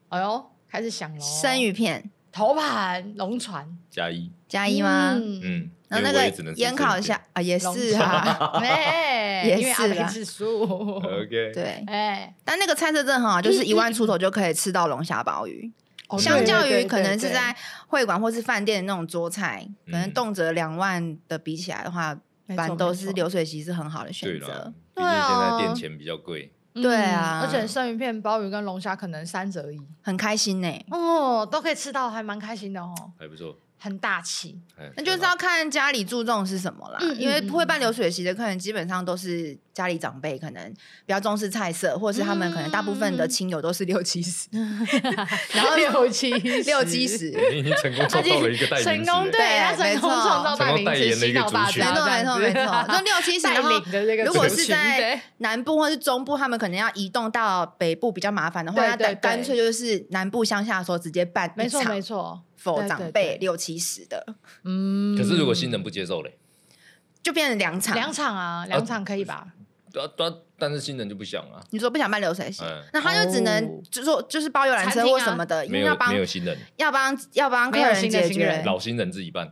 S4: 哎呦，开始想了。
S1: 生鱼片
S4: 头盘、龙船
S2: 加一，
S1: 加一吗？
S4: 嗯，
S2: 嗯，
S1: 然后那
S2: 因为我也只
S1: 个
S2: 能吃
S1: 烟
S2: 这
S1: 烤一
S2: 点
S1: 下。啊，也
S4: 龙
S1: 是啊，
S4: 哎，
S1: 也
S4: 因为阿
S1: 是
S4: 美
S1: 啦
S4: 指数。
S2: OK，
S1: 对。
S4: 哎，
S1: 但那个菜色真的很好，就是一万出头就可以吃到龙虾鲍鱼。
S4: 哦
S1: 相较
S4: 对
S1: 于
S4: 对
S1: 可能
S4: 对
S1: 是
S4: 对
S1: 在会馆或是饭店的那种桌菜，可能
S2: 嗯
S1: 动辄两万的比起来的话，
S4: 没错
S1: 反正都是
S4: 没错
S1: 流水席是很好的选
S2: 对了
S1: 择。，
S2: 毕竟现在
S4: 对啊
S2: 店钱比较贵。
S1: 对啊
S4: 嗯而且生鱼片、鲍鱼跟龙虾可能三折一
S1: 很开心呢、
S4: 哦，都可以吃到，还蛮开心的哦，
S2: 还不错，
S4: 很大气。
S2: 哎
S1: 那就是
S2: 真
S1: 要
S2: 好
S1: 看家里注重是什么啦，
S4: 嗯嗯
S1: 因为
S4: 嗯
S1: 会办流水席的客人基本上都是家里长辈，可能比较重视菜色，或者是他们可能大部分的亲友都是六七十，
S4: 嗯 然后 六七
S1: 六 七，十，
S2: 你已经成 功创造了一个代言
S4: 成
S2: 人
S4: 功
S2: 了
S4: 对，他
S1: 对
S4: 成功
S1: 没错
S4: 创造代
S2: 成功代
S4: 名
S2: 言
S4: 词，
S2: 的一
S4: 洗
S2: 个
S4: 脑
S2: 族
S4: 大
S1: 没
S2: 群
S4: 家，
S1: 错没错没错，就
S4: 错，
S1: 六七十，
S4: 啊带
S1: 然后
S4: 领的这个
S1: 如果
S4: 族
S1: 是
S4: 群
S1: 在
S4: 对
S1: 南部或是中部，他们可能要移动到北部比较麻烦的话，
S4: 对
S1: 那
S4: 对对
S1: 干脆就是南部乡下的时候直接办一
S4: 没错
S1: 场
S4: 没错，
S1: 否
S4: 对
S1: 长
S4: 对
S1: 辈
S4: 对
S1: 六七十的，
S4: 嗯
S2: 可是如果新人不接受嘞，
S1: 就变成两场。
S4: 两场啊，两场可以吧？
S2: 对啊对啊，但是新人就不想啊，
S1: 你说不想办流水席
S2: 嗯，
S1: 那他就只
S4: 哦
S1: 能就说就是包游览车
S4: 餐厅
S1: 或
S4: 啊
S1: 什么的，因
S2: 没
S1: 为
S2: 有
S1: 要帮
S2: 没有新人，
S1: 要帮要帮客
S4: 没有
S1: 人
S4: 新的
S1: 解
S4: 新人
S1: 决
S4: 对。
S2: 老新人自己办，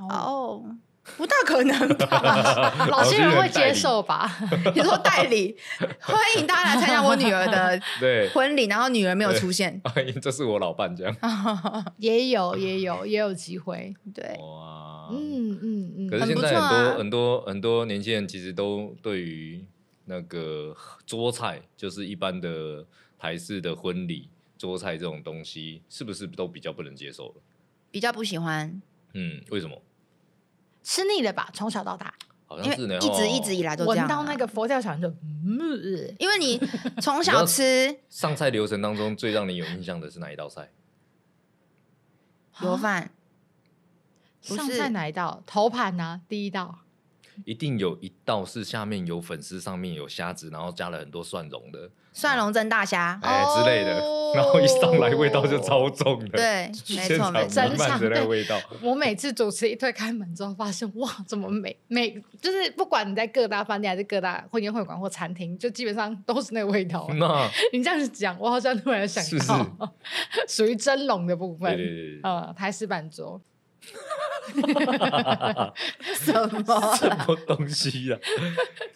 S4: 哦，
S1: 哦，不大可能 吧？
S4: 老些人
S2: 代
S4: 会接
S2: 理
S4: 受吧？
S1: 你说代理，欢迎大家来参加我女儿的
S2: 对， 哎
S1: 婚礼，然后女儿没有出现，
S2: 这是我老伴这样。
S4: 也有也有也有机会，
S1: 对，
S2: 哇，
S4: 嗯嗯嗯，
S2: 可是
S1: 很
S2: 现
S1: 不
S2: 在
S1: 错
S2: 很多、
S1: 啊
S2: 很多很多年轻人其实都对于那个桌菜，就是一般的台式的婚礼桌菜这种东西，是不是都比较不能接受了？
S1: 比较不喜欢，
S2: 嗯，为什么？
S4: 吃腻了吧？从小到大，
S2: 好像
S1: 因为
S2: 哦是呢，
S1: 一直
S2: 齁
S1: 一直以来都 这
S4: 闻
S1: 样啊。
S4: 到那个佛跳墙就嗯，
S1: 因为你从
S2: 你
S1: 小
S2: 要
S1: 吃
S2: 上菜流程当中最让你有印象的是哪一道菜？
S1: 油饭，不
S4: 上
S1: 是
S4: 菜哪一道？头盘啊，第一道。
S2: 一定有一道是下面有粉丝，上面有虾子，然后加了很多蒜蓉的，
S1: 蒜蓉蒸大虾，
S2: 哎、之类的， 然后一上来味道就超重的，，
S1: 哦对，没
S2: 现
S1: 错
S2: 场
S1: 没
S2: 弥
S1: 错
S4: 真。
S2: 漫着那个味道。
S4: 我每次主持一推开门之后，发现哇，怎么每每就是不管你在各大饭店还是各大婚宴会馆或餐厅，就基本上都是那个味道啊。
S2: 那
S4: 你这样子讲，我好像突然想
S2: 嗯是不是
S4: 到，属于蒸笼的部分，
S2: 对对对对
S4: 呃，台式板桌，
S1: 什么？
S2: 什么东西呀、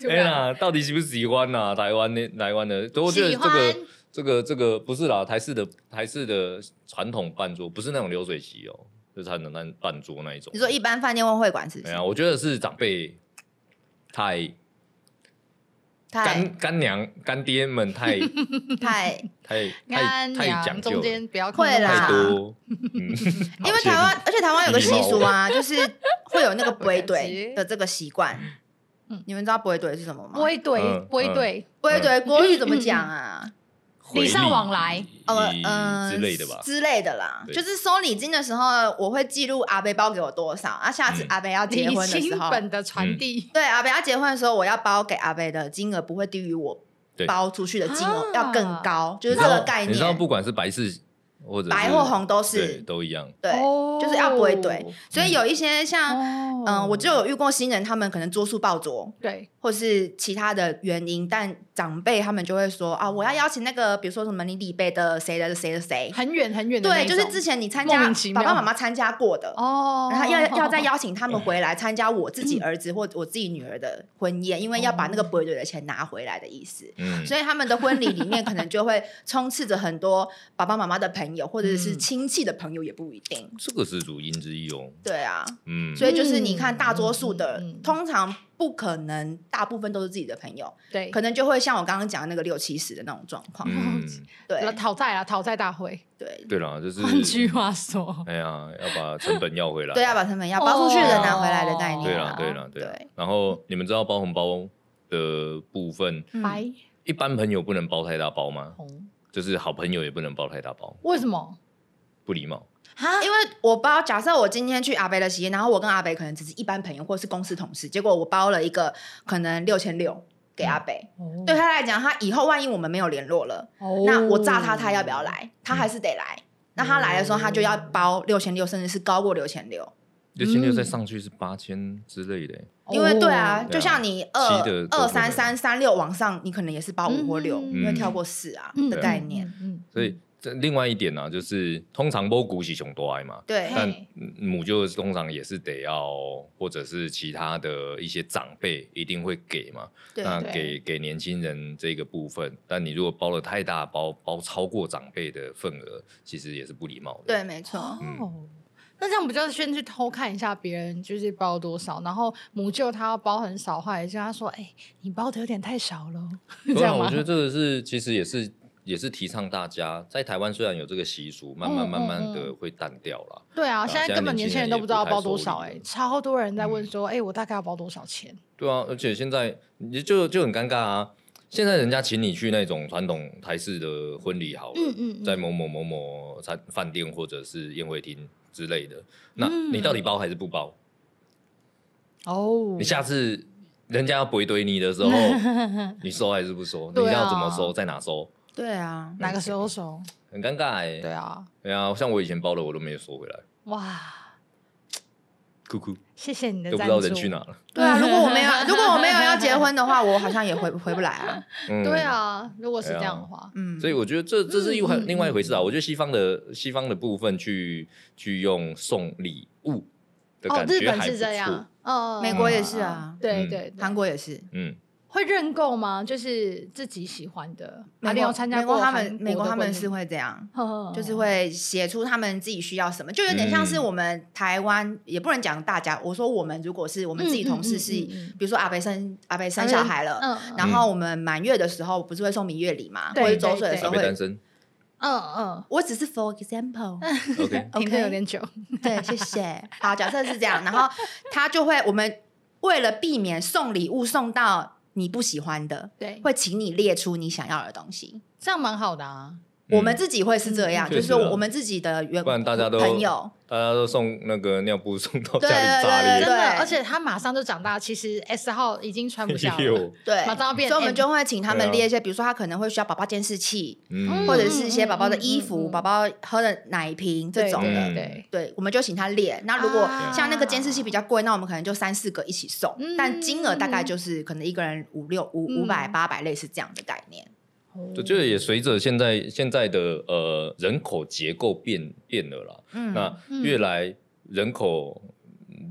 S4: 突
S2: 哎
S4: 然
S2: 呀，到底喜不喜欢呐、台湾的台湾的，我觉得
S4: 喜
S2: 这
S4: 欢
S2: 个这个这个不是啦，台式的台式的传统饭桌不是那种流水席哦，就是传统饭饭桌那一种。
S1: 你说一般饭店或会馆是不
S2: 没
S1: 是
S2: 有、？我觉得是长辈太
S1: 太
S2: 干干娘干爹 们太
S1: 太，
S2: 太太
S4: 干
S2: 太讲
S4: 娘
S2: 究
S4: 中
S2: 了，
S4: 间不要
S1: 会
S4: 控制
S1: 啦
S2: 太
S4: 太多
S2: 多。嗯，
S1: 因
S2: 好
S1: 为
S2: 谢谢嗯
S1: 台湾，而且台湾有个习俗啊，就是会有那个
S4: 我
S1: 杯
S4: 感
S1: 怼
S4: 觉
S1: 的这个习惯
S4: 嗯。
S1: 你们知道杯怼是什么吗？
S4: 不会对
S2: 嗯
S4: 不会
S2: 嗯
S4: 对，
S1: 杯怼国语怎么讲啊？
S2: 回
S4: 礼尚
S2: 礼
S4: 往来
S1: 呃
S2: 以
S1: 嗯
S2: 之类的吧。
S1: 之类的啦。
S2: 对
S1: 就是收礼金的时候，我会记录阿贝包给我多少，啊，下次
S2: 嗯
S1: 阿贝要结
S4: 礼
S1: 婚的时
S4: 金
S1: 候，
S4: 本的传
S2: 嗯
S4: 递。
S1: 对，阿北要结婚的时候，我要包给阿北的金额不会低于我
S2: 对
S1: 包出去的金额
S4: 啊
S1: 要更高，就
S2: 你
S1: 是
S2: 知
S1: 这个
S2: 道
S1: 概
S2: 你知道，不
S1: 念。
S2: 管是白事或者是
S1: 白或红都
S2: 对
S1: 是
S2: 都一样。
S1: 对，
S4: 哦
S1: 就是要不会对。所以有一些像，
S4: 哦
S1: 嗯，我就有遇过新人，他们可能桌数爆桌，
S4: 对
S1: 或是其他的原因，但长辈他们就会说啊，我要邀请那个，比如说什么你李贝的谁的谁的谁，
S4: 很远很远的那
S1: 对，
S4: 一
S1: 就是
S4: 种
S1: 之前你参
S4: 莫
S1: 加
S4: 名其妙
S1: 爸爸妈妈参加过的，
S4: 哦，嗯
S1: 然后要要再邀请他们回来参加我自己儿子或我自己女儿的婚宴，因为要把
S4: 哦
S1: 那个杯对的钱拿回来的意思。
S2: 嗯，
S1: 所以他们的婚礼里面可能就会充斥着很多爸爸妈妈的朋朋友，或者是
S4: 嗯
S1: 亲戚的朋友也不一定。
S2: 这个是主因之一哦。
S1: 对啊，
S2: 嗯，
S1: 所以就是你看，大多数的、
S4: 嗯嗯嗯
S1: 通常不可能，大部分都是自己的朋友，
S4: 对，
S1: 可能就会像我刚刚讲的那个六七十的那种状况。
S2: 嗯，
S1: 对
S4: 淘汰啊，淘汰大会。
S1: 对
S2: 对啦，就是
S4: 换句话说，
S2: 哎呀，要把成本要回 来。
S1: 对，要啊把成本要包出去的拿回来的概念。
S2: 对啊啦，
S4: 哦
S2: 对啦，对啦
S1: 对。
S2: 然后你们知道包红包的部分，
S1: 嗯
S4: 白
S2: 一般朋友不能包太大包吗？
S4: 红
S2: 就是好朋友也不能包太大包，
S4: 为什么
S2: 不礼貌。
S4: 啊？
S1: 因为我包，假设我今天去阿北的喜宴，然后我跟阿北可能只是一般朋友或是公司同事，结果我包了一个可能六千六给
S2: 嗯
S1: 阿北，
S4: 为
S1: 对，他来讲，他以后万一我们没有联络了，
S4: 哦嗯
S1: 那我炸他，他要不要？来？他还是得来。那他来的时候，他就要包六千六，甚至是高过六千六。
S2: 六千六再上去是八千之类
S4: 嗯
S2: 的欸，
S4: 哦
S1: 因为对啊，
S2: 对
S1: 就
S2: 啊
S1: 像你
S2: 七的
S1: 二
S2: 都
S1: 二
S2: 不能
S1: 三三三六往上，你可能也是包五或六，
S4: 嗯
S1: 因为跳过四啊
S4: 嗯
S1: 的概念。，
S4: 嗯，
S2: 所以这另外一点呢、就是通常摸股是熊多爱嘛，
S1: 对，
S2: 但
S4: 嘿
S2: 嗯母舅通常也是得要，或者是其他的一些长辈一定会给嘛。
S1: 对
S2: 那
S4: 对
S2: 给给年轻人这个部分，但你如果包了太大包，包超过长辈的份额，其实也是不礼貌的。
S1: 对，没错。
S2: 嗯
S4: 哦，那这样不就是先去偷看一下别人就是包多少，然后母舅他要包很少的话，也是他说，哎，你包的有点太少了，这
S2: 对啊，
S4: 样
S2: 我
S4: 吗
S2: 觉？得这个是其实也是也是提倡大家，在台湾虽然有这个习俗，慢慢
S4: 嗯
S2: 慢慢
S4: 嗯
S2: 的会淡掉啦。
S4: 对啊，
S2: 啊
S4: 现在
S2: 现在
S4: 根本
S2: 年
S4: 年
S2: 轻
S4: 轻
S2: 人
S4: 人都
S2: 也
S4: 不
S2: 不
S4: 知道
S2: 太
S4: 包
S2: 收
S4: 多
S2: 礼
S4: 少，
S2: 了
S4: 哎，超多人在问
S2: 嗯
S4: 说，哎，我大概要包多少钱？
S2: 对啊，而且现在你就就很尴尬啊。现在人家请你去那种传统台式的婚礼好了，
S4: 嗯嗯嗯
S2: 在某某某某餐饭店或者是宴会厅之类的，那
S4: 嗯
S2: 你到底包还是不包？
S4: 哦
S2: 你下次人家要回怼你的时 候，你收还是不收？你
S4: 对啊
S2: 要怎么收，在哪收？
S1: 对啊，
S4: 哪个时候收？
S2: 很尴尬哎、
S4: 对啊，
S2: 对啊，像我以前包的，我都没有收回来，
S4: 哇。
S2: 哭哭
S4: 谢谢你的
S2: 都不
S4: 赞
S2: 知
S4: 助。
S2: 道人去哪了。
S1: 对啊。如果我没有，如果我没有要结婚的话，我好像也回回不来 啊。
S2: 嗯
S4: 对，啊，如果是
S2: 对啊
S4: 这样的话，
S1: 嗯，
S2: 所以我觉得这这是一回
S4: 嗯嗯
S2: 另外一回事啊。我觉得西方的西方的部分去去用送礼物的
S4: 哦，
S2: 感
S4: 日
S2: 觉
S4: 本
S2: 还不
S4: 是这
S2: 错
S4: 样，，嗯，
S1: 美国也是啊
S4: 对
S2: 嗯
S4: 对，
S1: 韩
S4: 国
S1: 国也是，
S2: 嗯，
S4: 会认购吗？就是自己喜欢的，
S1: 美
S4: 啊你
S1: 国
S4: 有参加
S1: 美国
S4: 过
S1: 他
S4: 韩
S1: 们美
S4: 国
S1: 国他
S4: 的婚
S1: 们
S4: 礼哦
S1: 是会这样。
S4: 呵呵
S1: 就是会写出他们自己需要什么，就有点像是
S2: 嗯
S1: 我们台湾，也不能讲大家。我说我们如果是我们自己
S4: 嗯
S1: 同
S4: 嗯
S1: 事
S4: 嗯
S1: 是，
S4: 嗯嗯
S1: 比如说阿北生阿北生
S4: 阿
S1: 小
S4: 北
S1: 孩了，
S4: 嗯嗯
S1: 然后我们满月的时候不是会送明月礼嘛，
S4: 对
S1: 或者周岁的时
S2: 阿
S1: 候
S2: 贝单
S1: 会。
S2: 身
S4: 嗯嗯，
S1: 我只是 for example，
S2: ，OK，
S4: 停的有
S1: OK
S4: 点久，
S1: 对，谢谢。好，假设是这样，然后他就会，我们为了避免送礼物送到你不喜欢的，
S4: 对，
S1: 会请你列出你想要的东西。
S4: 这样蛮好的啊。
S1: 我们自己会是这样，
S2: 嗯
S1: 就是
S2: 确实啊
S1: 我们自己的员，
S2: 不然大家都
S1: 朋友，
S2: 大家都送那个尿布送到家
S1: 对
S2: 里炸
S4: 真
S1: 对
S2: 裂，
S4: 的，而且他马上就长大，其实 S 号已经穿不下
S2: 哎
S4: 了，
S2: 呦
S1: 对，
S4: 马上要变
S1: 所以我们
S4: M
S1: 就会请他
S2: 对
S1: 们
S2: 啊
S1: 列一些，比如说他可能会需要宝宝监视器，
S2: 嗯，
S1: 或者是一些宝宝的衣
S4: 嗯嗯嗯
S1: 服、
S4: 嗯
S1: 宝宝喝的奶瓶这
S4: 对
S1: 种的。
S4: 对
S2: 嗯
S4: 对，
S1: 对，我们就请他列。那如果
S4: 啊
S1: 像那个监视器比较贵，那我们可能就三四个一起送，
S4: 嗯
S1: 但金额大概就是可能一个人五六五
S4: 嗯
S1: 五百八百类似这样的概念。
S2: 我觉得也随着现在现在的呃人口结构变变了啦，
S1: 嗯，
S2: 那越来人口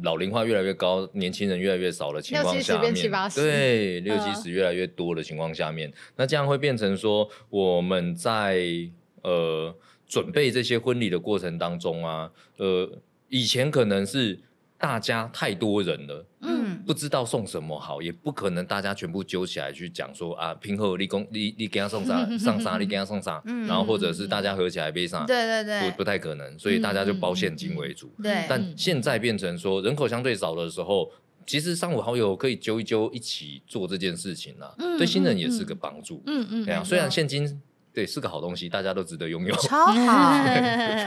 S2: 老龄化越来越高，年轻人越来越少的情况
S4: 60
S2: 下面，
S4: 变70
S2: 对六七
S4: 嗯
S2: 十越来越多的情况下面，那这样会变成说我们在呃准备这些婚礼的过程当中啊，呃，以前可能是大家太多人了。
S1: 嗯，
S2: 不知道送什么好，也不可能大家全部揪起来去讲说啊，平和立功，你你给他送 啥上啥，你给他送啥，
S1: 嗯
S2: 然后或者是大家合起来背上，
S1: 对对
S2: 不不
S1: 对
S2: 太可能，所以大家就包现金为主。
S4: 嗯
S1: 对，
S2: 但现在变成说人口相对少的时候，其实三五好友可以揪一揪，一起做这件事情啊，
S4: 嗯
S2: 对新人也是个帮助。
S4: 嗯嗯，
S2: 对啊，
S4: 嗯
S2: 虽然现金对是个好东西，大家都值得拥有，
S1: 超哦 好。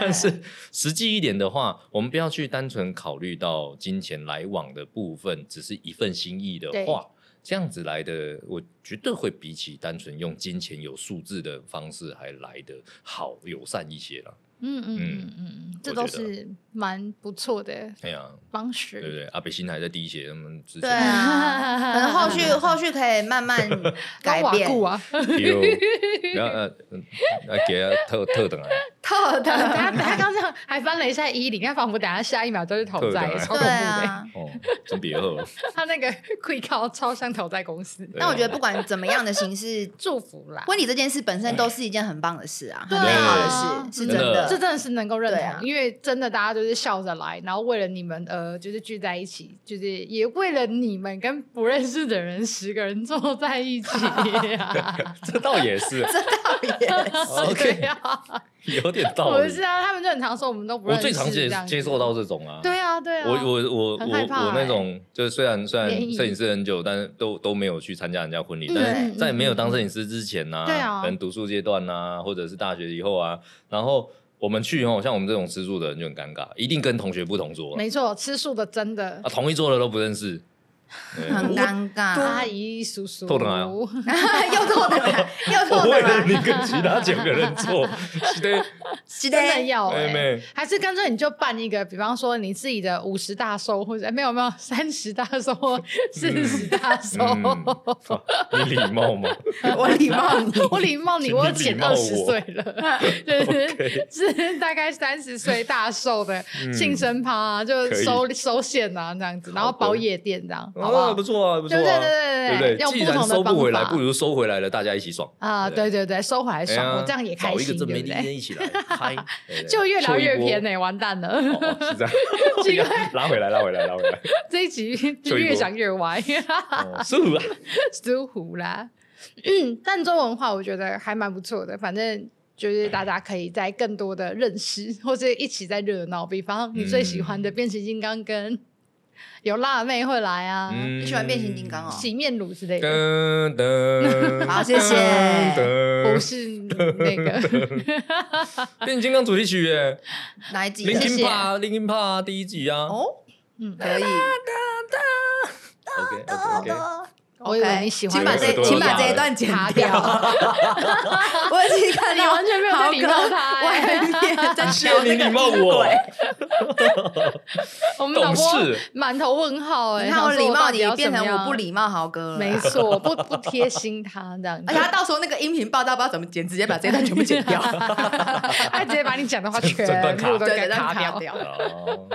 S2: 但是实际一点的话，我们不要去单纯考虑到金钱来往的部分，只是一份心意的话，这样子来的，我觉得会比起单纯用金钱有数字的方式还来的好友善一些啦。
S4: 嗯嗯嗯
S2: 嗯
S4: 嗯，这
S2: 我
S4: 都
S2: 觉得
S4: 是蛮不错的
S2: 哎呀、
S4: 方
S2: 对不
S4: 式。
S2: 对？阿北新还在滴血，他们之
S1: 对
S2: 前哎
S1: 啊， 可能后续后续可以慢慢改
S4: 跟瓦
S1: 变。
S4: 固啊，
S2: 丢，然后呃，嗯来给他特特等啊，
S1: 透
S4: 他他
S1: 的，
S4: 他刚刚还翻了一下衣领，他仿佛等下下一秒都是投
S2: 对
S4: 在，
S2: 对
S4: 超恐怖
S1: 对
S4: 的。
S1: 啊。
S2: 哦，真别喝。
S4: 他那个 quick call 超像投在公司，
S2: 对
S1: 但我觉得不管怎么样的形式，
S4: 祝福啦，
S1: 婚礼这件事本身都是一件很棒的事啊，
S4: 对
S1: 很美好
S4: 啊
S1: 的事，是真
S2: 真的
S1: 的。
S4: 这真的是能够认同，
S1: 对啊
S4: 因为真的大家都是笑着来，然后为了你们呃，就是聚在一起，就是也为了你们跟不认识的人十个人坐在一起、啊，
S2: 这倒也是
S4: 对
S2: OK，
S4: 呀、啊，
S2: 有点道
S4: 我
S2: 理
S4: 是。啊，他们就很常说我们都不
S2: 我
S4: 认识，
S2: 最常接
S4: 这样子
S2: 接受到这种啊，
S4: 对啊，对啊，
S2: 我我我我
S4: 很害怕
S2: 我
S4: 欸
S2: 那种，就是虽然虽然
S4: 联谊
S2: 摄影师很久，但是都都没有去参加人家婚礼，
S4: 嗯
S2: 但是
S4: 嗯
S2: 在没有
S4: 嗯
S2: 当摄影师之前呢、
S4: 对啊
S2: 可能读书阶段呐，或者是大学以后啊，然后我们去哦，像我们这种吃素的人就很尴尬，一定跟同学不同桌啊，
S4: 没错，吃素的真的、
S2: 啊同一桌的都不认 识，对啊
S1: 很尴
S4: 阿
S1: 尬，啊
S4: 姨叔叔，
S2: 透得来啊
S1: 又错的啦，又
S2: 我
S1: 错
S2: 为
S1: 的
S2: 了你
S1: 啦，
S2: 跟其他九个人 坐，对，
S1: 是
S4: 真的要、欸、
S2: 妹妹，
S4: 还是干脆你就办一个，比方说你自己的五十大寿，或者、哎没有没有三十大寿、 四十大寿。
S2: 嗯，哇你礼貌吗？
S1: 我礼貌你，
S4: 我礼貌你，
S2: 请
S4: 我
S2: 你礼
S4: 减
S2: 貌
S4: 二十
S2: 我
S4: 岁 了，就 是 是大概三十岁大寿的庆生趴啊，就
S2: 嗯可以
S4: 收收线啊这样子，然后
S2: 好的
S4: 包夜店这样，好不
S2: 啊，
S4: 好
S2: 不？错啊，不错
S4: 对对
S2: 啊，
S4: 对
S2: 对
S4: 对
S2: 不对？
S4: 用
S2: 既
S4: 不
S2: 然
S4: 同的
S2: 收
S4: 方
S2: 不回来，
S4: 法
S2: 不如收回来了，大家一起爽
S4: 啊，对对对，收回来
S2: 哎呀
S4: 爽，我这样也开
S2: 找一个
S4: 心，
S2: 正
S4: 对
S2: 妹
S4: 不
S2: 今天
S4: 对？
S2: 一起来 嗨，哎对对
S4: 就越聊越偏
S2: 秀
S4: 呢，完蛋
S2: 一波
S4: 了，
S2: 哦哦是这样，
S4: 奇
S2: 拉回来，拉回来，拉回 来，
S4: 这一集就
S2: 秀一
S4: 越
S2: 波
S4: 想越歪。
S2: 哦是啊，
S4: 苏湖啦。嗯但中文化我觉得还蛮不错的，反正就是大家可以在更多的认识， 或者一起在热闹。比方你最喜欢
S2: 嗯
S4: 的变形金刚跟有辣妹会来啊，
S2: 嗯
S1: 你喜欢变形金刚哦
S4: 洗面乳之类的，
S2: 噔 噔，
S1: 好谢谢
S4: 不
S2: 噔
S4: 是 那个
S2: 噔，变形金刚主题曲耶，
S1: 哪一集
S2: 林
S1: 的？
S2: 金
S4: 谢
S2: 帕，林金帕第一集啊
S1: 哦，
S4: 嗯。
S1: 可以。
S2: ，OK OK OK，
S4: 我以为你喜欢
S1: 请把
S2: 这
S1: 这
S2: 个
S1: 请把这一
S2: 耳朵
S1: 段剪
S4: 卡
S1: 掉。 我已经看
S4: 你
S1: 到
S4: 完全没有在礼貌他
S1: 好
S4: 欸
S1: 可外 面在
S2: 谢
S4: 哦
S1: 聊
S2: 谢
S1: 那
S2: 你
S1: 个
S2: 礼貌
S1: 音
S2: 我
S1: 轨，
S4: 我们导
S2: 懂
S4: 播
S2: 事，
S4: 满头问号哎、
S1: 你
S4: 欸，
S1: 看我
S4: 想说
S1: 礼貌
S4: 到底
S1: 你
S4: 要
S1: 变
S4: 怎
S1: 成
S4: 么
S1: 我
S4: 样
S1: 不，礼貌豪哥了，哎
S4: 没错，不不贴心他这样子，
S1: 而且他到时候那个音频报道不知道怎么剪，直接把这一段全部剪掉，
S4: 他直接把你讲的话全
S2: 整段卡
S4: 部都
S1: 对
S4: 给
S1: 对，
S4: 卡
S1: 卡
S4: 掉。
S1: 掉。
S2: 哦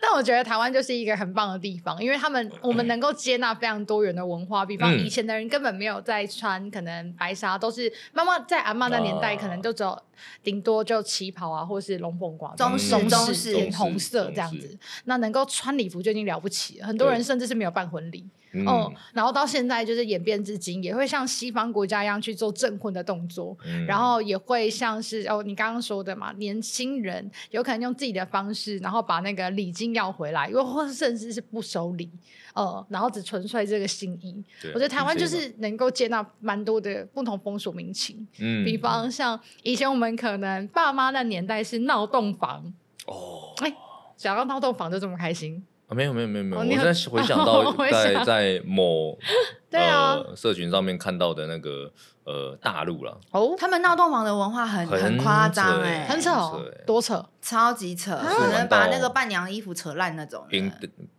S4: 但我觉得台湾就是一个很棒的地方，因为他
S1: 嗯
S4: 们我们能够接纳非常多元的文化，比方
S2: 嗯
S4: 以前的人根本没有在穿可能白纱，都是妈妈在阿妈那年代
S1: 哦
S2: 啊
S4: 可能就只有顶多就旗袍啊，或是龙凤褂这样。
S1: 中式
S2: 嗯
S1: 中式
S4: 偏红色这样，
S2: 中
S4: 子，那能够穿礼服就已经了不起了。很多人甚至是没有办婚礼
S2: 嗯
S4: 哦，然后到现在就是演变至今，也会像西方国家一样去做证婚的动作。
S2: 嗯
S4: 然后也会像是哦，你刚刚说的嘛，年轻人有可能用自己的方式，然后把那个礼金要回来，又或甚至是不收礼，呃，然后只纯粹这个心意。
S2: 对啊
S4: 我觉得台湾就
S2: 理解
S4: 是能够接纳蛮多的不同风俗民情，
S2: 嗯
S4: 比方像以前我们可能爸妈那年代是闹洞房，
S2: 哦。
S4: 哎，想要闹洞房就这么开心，
S2: 啊，没有没有没有没有，
S4: 哦
S2: 我
S4: 你很
S2: 在回想
S4: 我
S2: 到
S4: 回
S2: 在
S4: 想
S2: 在某
S4: 对啊
S2: 呃社群上面看到的那个呃大陆啦，
S4: 哦，
S1: 他们闹洞房的文化很很夸张
S2: 很扯
S1: 哎，
S4: 很扯哦
S2: 很扯欸，
S4: 多扯
S1: 超级扯，
S2: 是
S1: 可能把
S2: 玩到
S1: 那个伴娘衣服扯烂那种的。
S2: 晕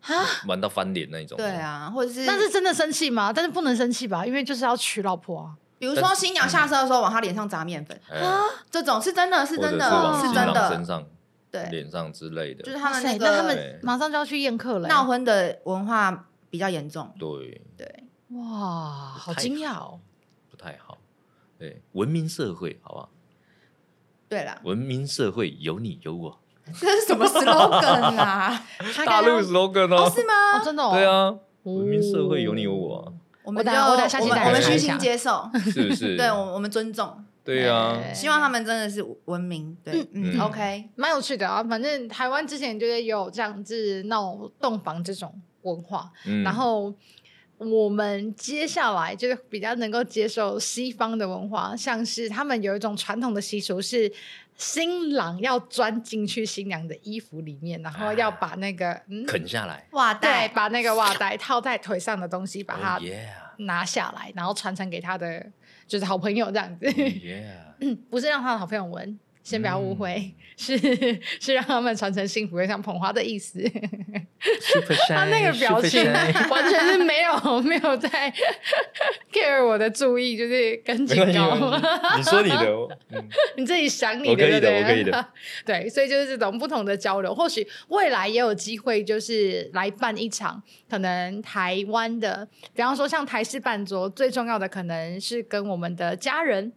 S4: 啊！
S2: 玩到翻脸那一种。
S1: 对，啊，或者是，
S4: 但是真的生气吗？但是不能生气吧，因为就是要娶老婆啊。
S1: 比如说新娘下车的时候往她脸上砸面粉，
S2: 哎
S1: 这种是真的哦是
S2: 或者
S1: 真
S2: 是往
S1: 的
S2: 新
S1: 真
S2: 郎身
S1: 的，
S2: 上、
S1: 对，
S2: 脸上之类的，
S1: 就是他们
S4: 哇塞
S1: 那
S4: 那他
S1: 个
S4: 们马上就要去宴客了欸，
S1: 闹婚的文化比较严重，
S2: 对，
S1: 对，
S4: 哇，好惊讶哦！
S2: 不太好。对，文明社会，好不好？
S1: 对啦，
S2: 文明社会有你有我，
S1: 这是什 么 slogan 啊啦？
S4: 他
S2: 大
S4: 刚刚
S2: 陆 slogan
S1: 哦，
S2: 哦，
S1: 是吗
S4: 哦，？真的哦，
S2: 对啊，
S4: 哦，
S2: 文明社会有你有我啊，
S1: 我们
S4: 我
S1: 就
S4: 等下我等下下
S1: 我
S4: 期
S1: 们
S2: 再
S1: 我们
S2: 来看
S1: 虚
S2: 一
S1: 心
S4: 下
S1: 接受，
S2: 是不是？
S1: 对我我们尊重，
S2: 对啊，
S4: 哎
S1: 希望他们真的是文明，对，嗯
S2: 嗯
S1: ，OK，
S4: 蛮有趣的啊。反正台湾之前就是有这样子闹洞房这种文化，
S2: 嗯
S4: 然后。我们接下来就是比较能够接受西方的文化，像是他们有一种传统的习俗是新郎要钻进去新娘的衣服里面，然后
S2: 啊
S4: 要把那个、嗯，
S2: 啃下来，
S1: 哇，
S4: 对，
S1: 带
S4: 把那个袜带套在腿上的东西，把它
S2: Oh yeah。
S4: 拿下来，然后传承给他的就是好朋友这样子，
S2: 嗯 Yeah，
S4: 嗯不是让他的好朋友闻，先不要误会，是 是让他们传承幸福，就像捧花的意思。
S2: Super shy，
S4: 他那个表
S2: super
S4: 情
S2: shy
S4: 完全是没有没有在 care 我的注意，就是跟
S2: 没
S4: 警
S2: 关系，没
S4: 告。
S2: 关系你说你的 哦，嗯
S4: 你自己想你
S2: 我可以
S4: 对不
S2: 的
S4: 对
S2: 我可以的。
S4: 对，所以就是这种不同的交流，或许未来也有机会，就是来办一场可能台湾的，比方说像台式办桌，最重要的可能是跟我们的家人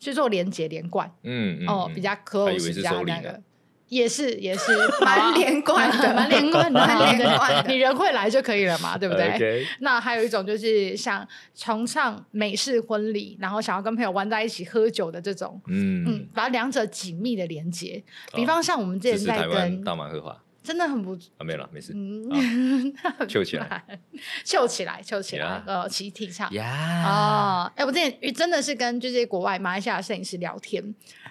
S4: 去做连结连贯、
S2: 嗯嗯
S4: 哦，
S2: 嗯
S4: 比较
S2: 还
S4: close
S2: 以为是
S4: 比较
S2: 首领
S4: 那
S2: 呢
S4: 个。也是也是
S1: 蛮 连贯 的
S4: 蛮连贯 的，
S1: 蛮连贯的
S4: 对你人会来就可以了嘛，对不对？
S2: OK，
S4: 那还有一种就是想崇尚美式婚礼，然后想要跟朋友玩在一起喝酒的这种，嗯
S2: 嗯，，
S4: 把两者紧密的连接。
S2: 好
S4: 比方像我们之
S2: 支持
S4: 前在
S2: 台湾
S4: 跟，
S2: 大马合法
S4: 真的很不，
S2: 啊，没了，没事。
S4: 嗯，
S2: 揪起来
S4: 来，秀起来，秀起来
S2: Yeah，
S4: 呃，集体唱。
S2: 呀，
S4: 哦，哎、我之前真的是跟就是国外马来西亚摄影师聊天，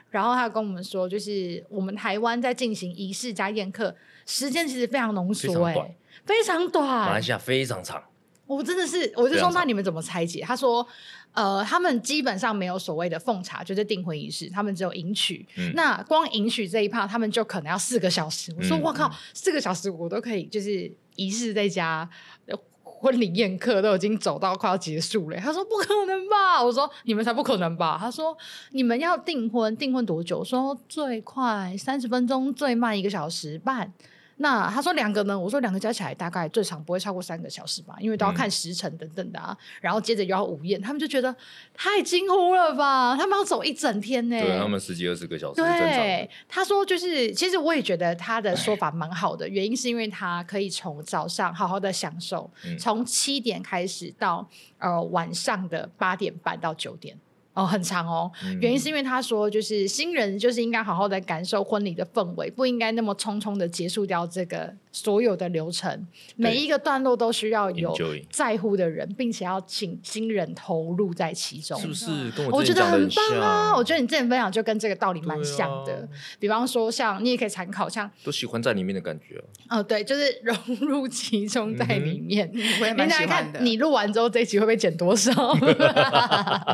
S4: 然后他跟我们说，就是我们台湾在进行仪式加宴客，时间其实非常浓
S2: 非
S4: 缩、
S2: 常短
S4: 哎，非常短，
S2: 马来西亚非常长，
S4: 我真的是，我就
S2: 非
S4: 说
S2: 常
S4: 那
S2: 少
S4: 你们怎么拆解？他说，呃，他们基本上没有所谓的奉茶，就是订婚仪式，他们只有迎娶。
S2: 嗯
S4: 那光迎娶这一趴，他们就可能要四个小时。我说，
S2: 嗯
S4: 我靠
S2: 嗯，
S4: 四个小时我都可以，就是仪式在家。呃婚礼宴客都已经走到快要结束了，他说不可能吧？我说你们才不可能吧？他说你们要订婚，订婚多久？我说最快三十分钟，最慢一个小时半。那他说两个呢？我说两个加起来大概最长不会超过三个小时吧，因为都要
S2: 嗯
S4: 看时辰等等的啊。然后接着又要午宴，他们就觉得太惊呼了吧？他们要走一整天呢、
S2: 对他们十几二十个小时是正常的
S4: 对，他说就是，其实我也觉得他的说法蛮好的，原因是因为他可以从早上好好的享受，
S2: 嗯
S4: 从七点开始到呃晚上的八点半到九点。哦，很长哦。
S2: 嗯
S4: 原因是因为他说，就是新人就是应该好好的感受婚礼的氛围，不应该那么匆匆的结束掉这个所有的流程，每一个段落都需要有
S2: Enjoy
S4: 在乎的人，并且要请新人投入在其中。
S2: 是不是跟
S4: 我
S2: 我
S4: 觉
S2: 之前
S4: 得
S2: 讲的
S4: 很棒
S2: 像
S4: 啊！我觉得你之前分享就跟这个道理
S2: 对
S4: 蛮像的。
S2: 啊
S4: 比方说像，你也可以参考像，
S2: 都喜欢在里面的感觉哦。
S4: 哦、对，就是融入其中在里面。
S1: 我也
S4: 哎你
S1: 蛮
S4: 想
S1: 喜
S4: 想
S1: 欢的。
S4: 看，你录完之后这一集会被剪多少？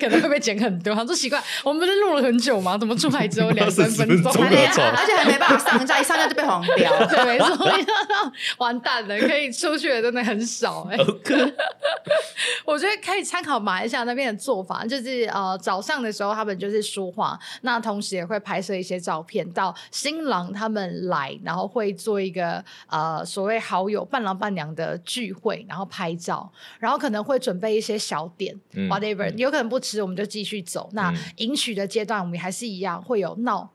S4: 可能会被剪很多。他说奇怪，我们不是录了很久吗？怎么出来只有两三
S2: 20
S4: 分
S2: 分
S4: 钟？
S2: 钟
S1: 还没，
S2: 我操
S1: 而且还没办法上架，一上架就被黄标。
S4: 对，没错，完蛋了，可以出去的真的很少哎、 我觉得可以参考马来西亚那边的做法，就是呃早上的时候他们就是说话，那同时也会拍摄一些照片到新郎他们来，然后会做一个呃所谓好友伴郎伴娘的聚会，然后拍照，然后可能会准备一些小点，
S2: 嗯
S4: whatever，、
S2: 嗯
S4: 有可能不吃，我们就继续走。那
S2: 嗯
S4: 迎娶的阶段，我们还是一样会有闹。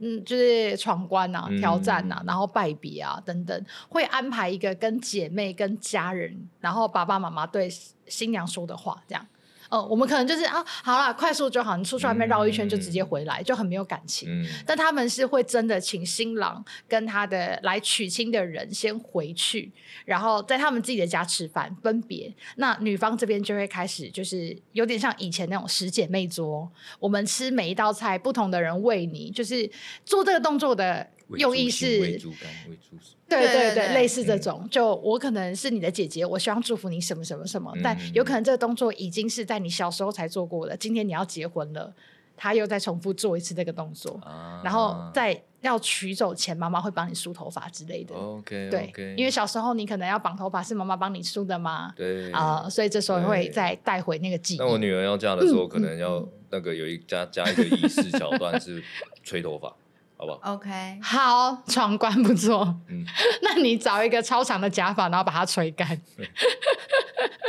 S4: 嗯，就是闯关啊、
S2: 嗯
S4: 挑战啊，
S2: 嗯
S4: 然后拜别啊等等，会安排一个跟姐妹、跟家人，然后爸爸妈妈对新娘说的话，这样。呃，我们可能就是啊，好啦，快速就好，你出去外面绕一圈就直接回来，就很没有感情。
S2: 嗯，
S4: 但他们是会真的请新郎跟他的来娶亲的人先回去，然后在他们自己的家吃饭分别。那女方这边就会开始，就是有点像以前那种十姐妹桌，我们吃每一道菜，不同的人喂你，就是做这个动作的
S2: 喂
S4: 用意
S2: 猪心喂
S4: 是
S2: 猪肝，喂猪手
S4: 对对
S1: 对
S4: 对，
S1: 对
S4: 类似这种，就我可能是你的姐姐，我希望祝福你什么什么什么，但
S2: 嗯
S4: 有可能这个动作已经是在你小时候才做过的，今天你要结婚了，他又再重复做一次这个动作，
S2: 啊
S4: 然后再要取走前，妈妈会帮你梳头发之类的。
S2: OK
S4: 对
S2: 哦 OK，
S4: 因为小时候你可能要绑头发是妈妈帮你梳的嘛，
S2: 对
S4: 啊、所以这时候会
S2: 对
S4: 再带回那个记忆。
S2: 那我女儿要嫁的时候，
S4: 嗯
S2: 可能要那个有一加加一个仪式桥段是吹头发，好不好？
S1: OK，
S4: 好，闯关不错。
S2: 嗯
S4: 那你找一个超长的假发，然后把它吹干，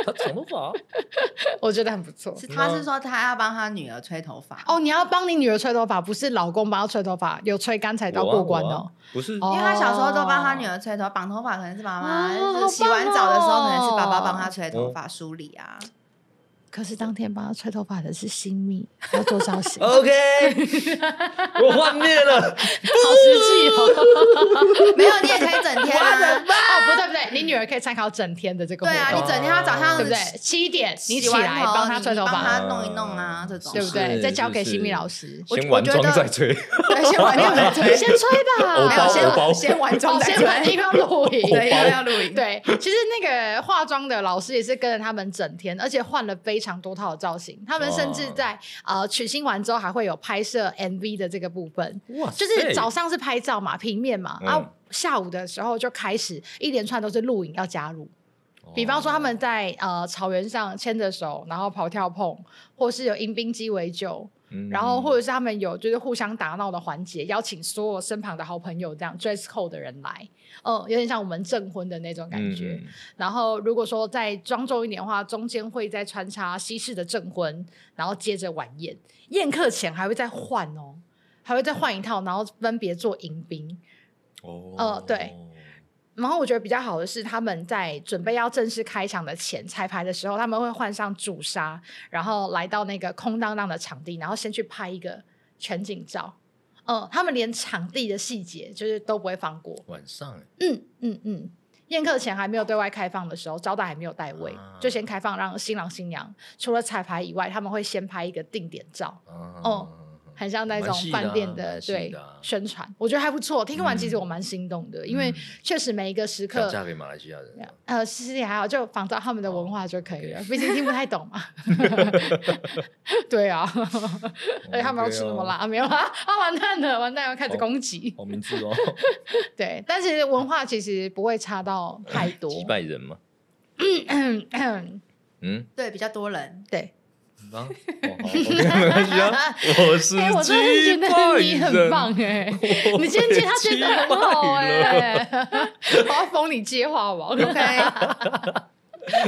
S2: 她长头发啊，
S4: 我觉得很不错。
S1: 是他是说他要帮他女儿吹头发，
S4: 哦，你要帮你女儿吹头发，不是老公帮她吹头发，有吹干才到
S2: 我啊
S4: 过关
S2: 我啊
S4: 哦。
S2: 不是，
S4: 哦
S1: 因为他小时候都帮他女儿吹头发，绑头发可能是妈妈，
S4: 哦
S1: 就
S4: 好
S1: 是洗完澡的时
S4: 棒
S1: 候
S4: 哦
S1: 可能是爸爸帮他吹头发、梳理 啊。
S4: 可是当天帮她吹头发的是新密，要做造型
S2: OK，我幻灭了，
S4: 好实际哦。
S1: 没有，你也可以整天啊。
S4: 哦，不对不对，你女儿可以参考整天的这个活
S1: 对
S4: 动，
S1: 啊，你整天他早上
S4: 哦对不对？七点你起
S1: 洗完
S4: 来
S1: 头
S4: 帮她
S1: 哦你
S4: 吹头
S1: 帮
S4: 发，
S1: 她弄一弄啊这种
S4: 对不对？
S2: 是
S4: 再交给
S2: 是
S4: 西米
S2: 是
S4: 老师，
S1: 我
S2: 先完妆
S1: 我觉得
S2: 再 吹，
S1: 对， 先完妆再 吹，
S4: 先吹吧，
S2: 欧
S1: 没
S2: 包
S1: 有
S2: 欧包
S1: 先先完妆
S4: 哦，
S1: 再
S4: 先把
S1: 吹
S4: 地。方录影。
S1: 对，因为要录影。
S4: 对，其实那个化妆的老师也是跟着他们整天，而且换了非常多套的造型，他们甚至在呃取星完之后还会有拍摄 MV 的这个部分，
S2: 哇塞，
S4: 就是早上是拍照嘛，平面嘛，
S2: 嗯
S4: 然后下午的时候就开始一连串都是录影要加入。
S2: 哦，
S4: 比方说他们在呃草原上牵着手，然后跑跳碰，或是有迎宾鸡尾酒，
S2: 嗯，
S4: 然后或者是他们有就是互相打闹的环节，邀请所有身旁的好朋友这样 dress code 的人来，嗯，有点像我们证婚的那种感觉。
S2: 嗯，嗯
S4: 然后如果说再庄重一点的话，中间会再穿插西式的证婚，然后接着晚宴，宴客前还会再换哦，还会再换一套，然后分别做迎宾。
S2: 哦，
S4: 呃对，然后我觉得比较好的是，他们在准备要正式开场的前彩排的时候，他们会换上主纱，然后来到那个空荡荡的场地，然后先去拍一个全景照。嗯，他们连场地的细节就是都不会放过。
S2: 晚上哎
S4: 嗯嗯嗯，宴客前还没有对外开放的时候，招待还没有带位，
S2: 啊
S4: 就先开放让新郎新娘除了彩排以外，他们会先拍一个定点照，
S2: 啊
S4: 哦很像那
S2: 蛮
S4: 种
S2: 细的
S4: 饭
S2: 啊
S4: 店的,、
S2: 蛮细
S4: 对
S2: 的啊
S4: 宣传，我觉得还不错。听完其实
S2: 嗯
S4: 我蛮心动的，因为
S2: 嗯
S4: 确实每一个时刻
S2: 想。嫁给马来西亚人啊，
S4: 呃，其实也还好，就仿照他们的文化就可以了，
S2: 哦
S4: 毕竟听不太懂嘛。 对啊，而且他们要吃那么辣，
S2: 哦，
S4: 啊、没有啊， 啊完蛋了，完蛋了，开始攻击。
S2: 好明 智哦，
S4: 对，但是文化其实不会差到太多。
S2: 哎击败人嘛，嗯，
S1: 对，比较多人。
S4: 对，
S2: 啊，哦好 OK，没关系 啊，我是
S4: 哎、我真的觉得你
S2: 击败
S4: 很
S2: 人
S4: 棒哎、
S2: 我
S4: 你今天接他
S2: 击
S4: 接的很好
S2: 败了
S4: 哎、 我要封你接话好不好？
S1: OK，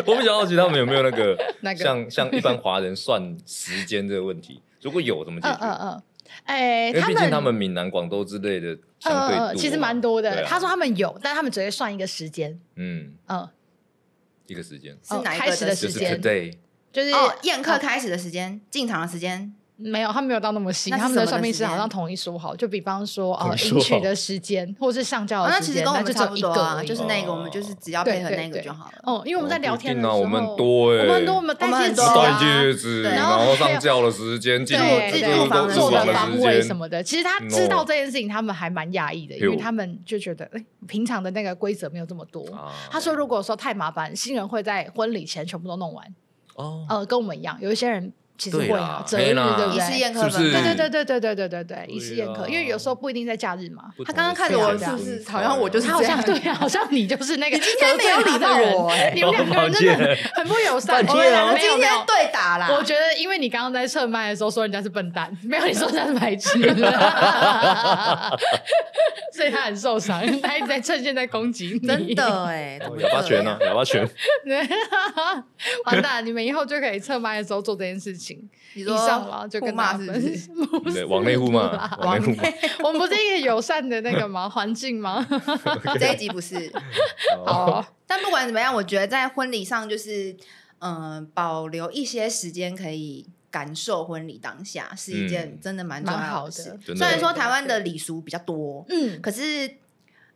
S2: 我比较好奇他们有没有那个
S4: 那个
S2: 像像一般华人算时间这个问 题，如果有怎么解
S4: 嗯
S2: 决？
S4: 嗯嗯，哎、
S2: 因为
S4: 他
S2: 毕竟
S4: 们
S2: 他们闽南、广东之类的相对多嘛、
S4: 呃其实蛮多的、
S2: 对啊
S4: 他说他们有，但他们只会算一个时间，
S2: 嗯，
S4: 嗯，哦
S2: 一个时间
S1: 是哪一
S4: 开
S1: 个
S4: 始的
S2: 就
S4: 时
S2: 是
S4: 间
S2: today
S4: 就是、哦
S1: 哦，宴客开始的时间，进场的时间，
S4: 没有，他没有到那么细，
S1: 那是
S4: 他们
S1: 什
S4: 的
S1: 么
S4: 算命
S1: 的时
S4: 师
S1: 间
S4: 好像统一说好，就比方说呃
S2: 统一
S4: 迎
S2: 说
S4: 娶
S2: 好
S4: 的时间，或是上轿
S1: 哦
S4: 的
S1: 那
S4: 时
S1: 其实
S4: 间，
S1: 跟我
S4: 就
S1: 们
S4: 只
S1: 差
S4: 有
S1: 不
S4: 一
S1: 多
S4: 个
S1: 啊，
S4: 而已
S1: 就是那个，
S2: 哦
S1: 我们就是只要
S4: 对
S1: 配合
S4: 对
S1: 那个
S4: 对
S1: 就好了。
S4: 哦，因为我们在
S2: 哦
S4: 聊
S2: 不一
S4: 天
S2: 定
S4: 的时
S2: 啊，
S4: 候，
S2: 我们很多哎、
S4: 我
S2: 欸，
S4: 们很多，我们
S1: 我们
S4: 戴戒
S1: 很
S4: 指
S1: 多啊
S2: 戴
S4: 啊，
S2: 戒指，
S1: 对
S2: 然后上轿的时间，进入
S1: 对
S2: 进
S1: 对
S2: 入
S1: 对
S2: 入
S4: 做
S1: 房
S2: 房
S1: 的
S4: 方位
S2: 的时
S4: 什
S2: 间，
S4: 么的，其实他
S2: No
S4: 知道这件事情，他们还蛮讶异的，因为
S2: 哟
S4: 他们就觉得，哎、平常的那个规则没有这么多。
S2: 啊
S4: 他说，如果说太麻烦，新人会在婚礼前全部都弄完，
S2: 哦，
S4: 呃，跟我们一样，有一些人其实
S2: 对
S4: 会
S2: 啦
S4: 啊，，择
S2: 嘿
S4: 日
S2: 啦
S4: 对不
S1: 一式
S4: 对？
S1: 宴客
S2: 是不是
S1: 分
S4: 对对对对对对对对，一式宴客，
S2: 啊
S4: 因为有时候不一定在假日嘛。
S2: 不
S1: 他
S2: 同
S1: 刚刚
S2: 的
S1: 看
S4: 着我
S2: 时
S4: 是不
S1: 是
S2: 间
S1: 好像我就是
S4: 他好像
S1: 这
S4: 对啊
S1: 样，
S4: 好像你就是那个得
S1: 天没有礼
S4: 罪他
S1: 貌
S4: 的人哎
S1: 我
S2: 哦
S1: 欸，
S4: 你们两个人真的很不友善。
S2: 抱
S4: 我们
S2: 歉
S4: 两
S1: 我们
S4: 个哦没有
S1: 今
S4: 没有
S1: 天对打啦，
S4: 我觉得，因为你刚刚在侧麦的时候说人家是笨蛋，没有你说人家是白痴， 所以他很受伤，他一直在趁现在攻击你。
S1: 真，的 哎，怎么
S2: 哦哑巴
S1: 这
S2: 拳
S1: 样
S2: 呢、啊？哑巴拳，
S4: 完蛋！你们以后就可以侧麦的时候做这件事情。
S1: 你
S4: 以
S1: 说
S4: 上了，就跟
S1: 互
S4: 大
S1: 骂是
S4: 家
S1: 不
S4: 分
S1: 是？
S4: 享。不
S2: 对，
S4: 是
S2: 往内户嘛
S4: 啦，
S2: 往内户嘛。
S4: 我们不是一个友善的那个吗？环境吗？
S1: 这一集不是，
S4: 好哦，
S1: 但不管怎么样，我觉得在婚礼上就是，嗯、保留一些时间可以感受婚礼当下，是一件
S2: 嗯
S1: 真的蛮重
S4: 蛮
S1: 要
S4: 好
S1: 的
S4: 的
S1: 事。
S2: 真的
S1: 虽然说台湾的礼俗比较多，
S4: 嗯
S1: 可是，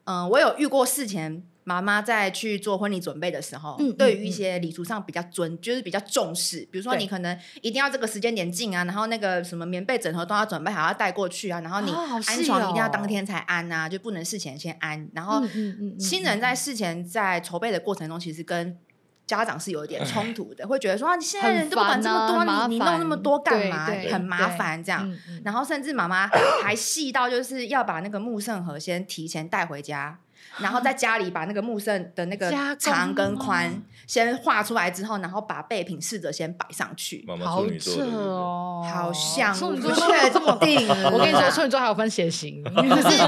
S1: 嗯、我有遇过事前妈妈在去做婚礼准备的时候，
S4: 嗯
S1: 对于
S4: 嗯
S1: 一些礼俗上比较尊，就是比较重视，比如说
S4: 对
S1: 你可能一定要这个时间点进啊，然后那个什么棉被、枕头都要准备好要带过去啊，然后你
S4: 哦好
S1: 安
S4: 细
S1: 床一定要
S4: 哦
S1: 当天才安啊，就不能事前先安，然后。
S4: 嗯嗯嗯，
S1: 新人在事前在筹备的过程中，其实跟家长是有一点冲突的，会觉得说啊你现在人都不管这么
S4: 哎很烦
S1: 多，
S4: 啊
S1: 你你
S4: 麻
S1: 弄
S4: 烦
S1: 那么多干嘛
S4: 对？对
S1: 很麻烦这样。
S4: 嗯嗯
S1: 然后甚至妈 妈还细到就是要把那个木圣盒先提前带回家，然后在家里把那个木圣的那个
S4: 加工
S1: 长跟
S4: 吗
S1: 宽先画出来之后，然后把备品试着先摆上 去。
S2: 妈妈
S4: 好
S2: 处女座
S4: 扯
S2: 的，对不对
S4: 哦，
S1: 好像
S4: 处女
S1: 不
S4: 座
S1: 确定啦，
S4: 我跟你说， 处女座还有分血型，
S1: 可是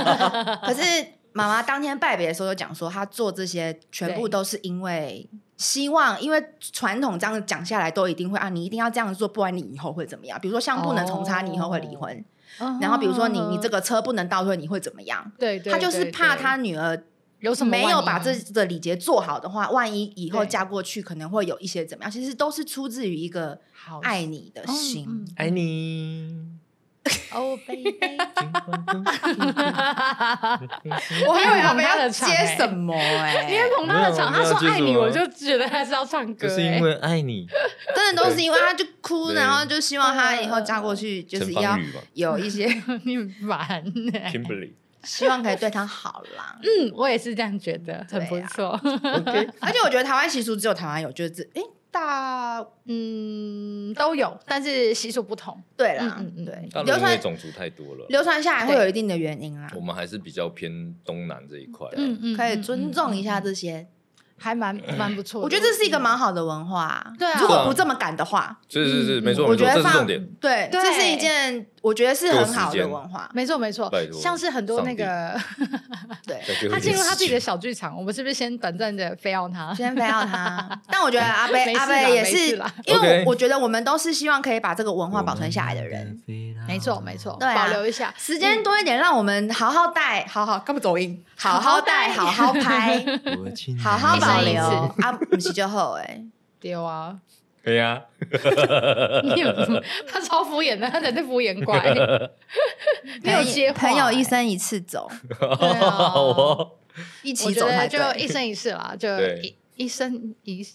S1: 可是妈妈当天拜别的时候就讲说，她做这些全部
S4: 对
S1: 都是因为希望，因为传统这样子讲下来都一定会啊，你一定要这样做，不然你以后会怎么样？比如说像不能重插，
S4: 哦
S1: 你以后会离婚。然后比如说你你这个车不能倒退，你会怎么样？
S4: 对哦对，
S1: 她就是
S4: 对
S1: 怕
S4: 对
S1: 她女儿
S4: 有什么
S1: 没有
S4: 万一
S1: 把这的礼节做好的话，万一以后
S4: 对
S1: 嫁过去可能会有一些怎么样？其实都是出自于一个
S4: 好
S1: 爱你的
S4: 嗯
S1: 心。
S4: 嗯
S2: 爱你。
S4: 哦，baby，
S1: 我还以
S4: 嗯我还以
S1: 为
S4: 为
S1: 他
S4: 他
S1: 们
S4: 们
S1: 要
S4: 要
S1: 接
S4: 接
S1: 什
S4: 什
S1: 么哎、
S4: 因为捧他的场，
S2: 没有
S4: 他说
S2: 没有
S4: 爱你，
S2: 接什么
S4: 我就觉得他是要唱歌，
S2: 就是因为爱你，
S1: 真的都是因为他就哭，
S2: 对
S1: 然后就希望他以后嫁
S4: 嗯
S1: 过去就是
S2: 陈
S1: 要
S2: 芳宇嘛
S1: 有一些
S4: 哎 你很烦哎
S2: ，Kimberly。
S1: 希望可以对他好 啦。啊
S4: 嗯，我也是这样觉得，很不错。
S1: 而且我觉得台湾习俗只有台湾有，就是哎，诶
S4: 大嗯都有，但是习俗不同。
S1: 对啦，
S4: 嗯嗯嗯
S1: 对，
S2: 当
S1: 流
S2: 然因为
S1: 传
S2: 种族太多了，
S1: 流传下来会有一定的原因啦
S2: 我，们还是比较偏东南这一块啊。
S4: 嗯嗯，
S1: 可以
S4: 嗯
S1: 尊重一下，这些。
S4: 还蛮蛮不错的。嗯
S1: 我觉得这是一个蛮好的文化啊。
S4: 对啊
S1: 如果不这么赶的话，
S2: 是是是，
S4: 嗯
S2: 没错
S1: 我
S2: 没错，
S1: 觉得
S2: 这是
S1: 放
S2: 重点。
S1: 对，
S4: 对
S1: 这是一件我觉得是很好的文化。
S4: 没错没错
S2: 拜，托
S4: 像是很多那个
S1: 对，
S2: 再给我
S4: 他
S2: 一
S4: 进
S2: 点
S4: 入他
S2: 时
S4: 自己的
S2: 间
S4: 小剧场，我们是不是先短暂的非 要他？
S1: 先非要他，但我觉得阿贝
S4: 没事啦
S1: 阿贝也
S4: 没
S1: 是
S4: 事啦，
S1: 因为
S2: OK
S1: 我我觉得我们都是希望可以把这个文化保存下来的 人。
S4: 没错没错，
S1: 对啊
S4: 保留一下。
S1: 时间多一点，让我们好好带，好好干嘛走音，好好带，好
S4: 好
S1: 好 拍，好好保
S4: 一
S1: 留
S4: 生一
S1: 啊，不是就好哎，
S4: 丢啊！
S2: 可以啊，
S4: 你有他超敷衍的，他才是敷衍怪， 没有接话
S1: 朋友一
S4: 欸
S1: 生一次走，
S4: 啊
S2: 好哦，
S1: 一
S4: 我
S1: 起
S4: 觉
S1: 走才
S4: 得就
S1: 对。
S4: 一生一世啦，就
S2: 对
S4: 一一生一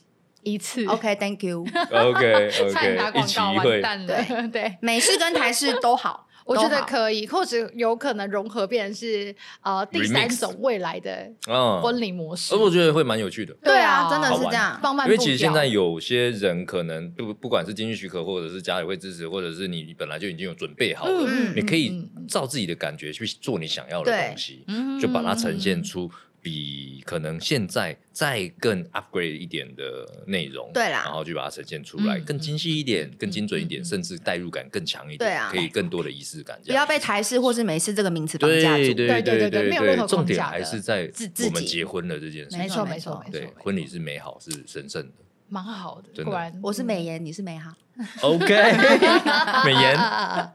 S4: 一次。
S1: OK，Thank you。
S2: OK
S4: 差点
S2: OK，
S4: 打
S2: 一
S4: 广
S2: 期
S4: 告，
S2: 一
S4: 完
S2: 会，
S4: 蛋了。对 对，
S1: 美式跟台式都 好，
S4: 我觉得
S1: 都好
S4: 可以，或者有可能融合变成是呃第三种未来的
S2: 嗯，
S4: 婚礼模式
S2: 而。我觉得会蛮有趣的。
S1: 对啊，真的
S2: 好
S1: 是
S2: 玩
S1: 这样。
S4: 放慢
S2: 因为
S4: 步调。
S2: 其实现在有些人可能不不管是经济许可，或者是家里会支持，或者是你本来就已经有准备好了，
S1: 嗯
S2: 你可以
S4: 嗯
S2: 照自己的感觉去做你想要的
S1: 对
S2: 东西，
S4: 嗯
S2: 就把它呈现出比可能现在再更 upgrade 一点的内容，
S1: 对啦
S2: 然后去把它呈现出来，
S4: 嗯
S2: 更精细一点，更精准一点，
S4: 嗯
S2: 甚至代入感更强一
S1: 对
S2: 点，
S1: 啊
S2: 可以更多的仪式感，
S1: 不
S2: 这
S1: 要
S2: 样。
S1: 被台式或是美式这个名词绑
S2: 对
S1: 架
S2: 对
S1: 住。
S2: 对
S4: 对对对
S2: 对
S4: 没有任何
S2: 重点
S4: 框架的
S2: 还是在
S1: 自自
S2: 我们
S1: 己
S2: 结婚了这件事情，
S4: 没错
S1: 没
S4: 没
S1: 错
S4: 错没错，
S2: 对，婚礼是美好，是神圣的。
S4: 蛮好的，
S2: 真的
S4: 果然
S1: 我是美颜，你是美好，
S2: OK，美
S4: 嗯
S2: 颜
S4: 啊啊啊啊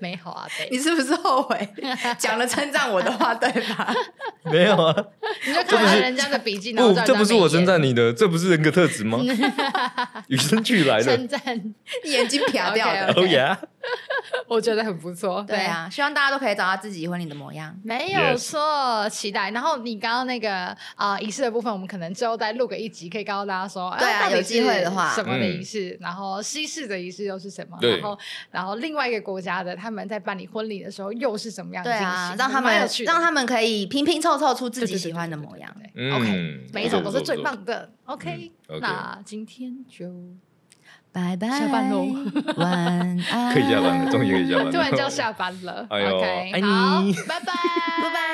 S4: 美好啊，对，
S1: 是不是后 悔讲了称赞我的话，对吧？
S2: 没有啊，
S4: 你就
S2: 这
S4: 看
S2: 不是
S4: 完人家的笔记，然后
S2: 不，
S4: 叫人
S2: 这
S4: 家
S2: 不是我
S4: 美颜
S2: 称赞你的，这不是人格特质吗？ 与生俱来的
S4: 称。赞，
S1: 眼睛撇掉
S4: OK，OK
S1: 的。
S2: Oh yeah，
S4: 我觉得很不错，
S1: 对。啊，希望大家都可以找到自己婚礼的模样。
S4: 没有
S2: Yes
S4: 错，期待。然后你刚刚那个啊仪式的部分，我们可能之后再录个一集，可以告诉大家说，哎
S1: 对啊
S4: 到底
S1: 有机会的话
S4: 是什么的仪式，然后西式的仪式又是什么，
S2: 嗯对
S4: 然后然后另外一个国家的他们在办理婚礼的时候又是怎么样的
S1: 对
S4: 进行，
S1: 啊，让他
S4: 蛮
S1: 们
S4: 有趣的
S1: 让他们可以拼拼凑凑出
S4: 对
S1: 自己喜欢的模样。。
S4: 对对对对对对对对 OK，
S2: 嗯，
S4: 每一种都是最棒的。OK，
S2: 嗯，OK
S4: 那今天就
S1: 拜拜，
S4: 下班喽，
S1: 晚安，
S2: 可以下班了，终于可以下班了。
S4: 突然就要下班了。
S2: 哎呦
S4: OK，
S2: 爱你
S4: 好，拜拜，
S1: 拜拜。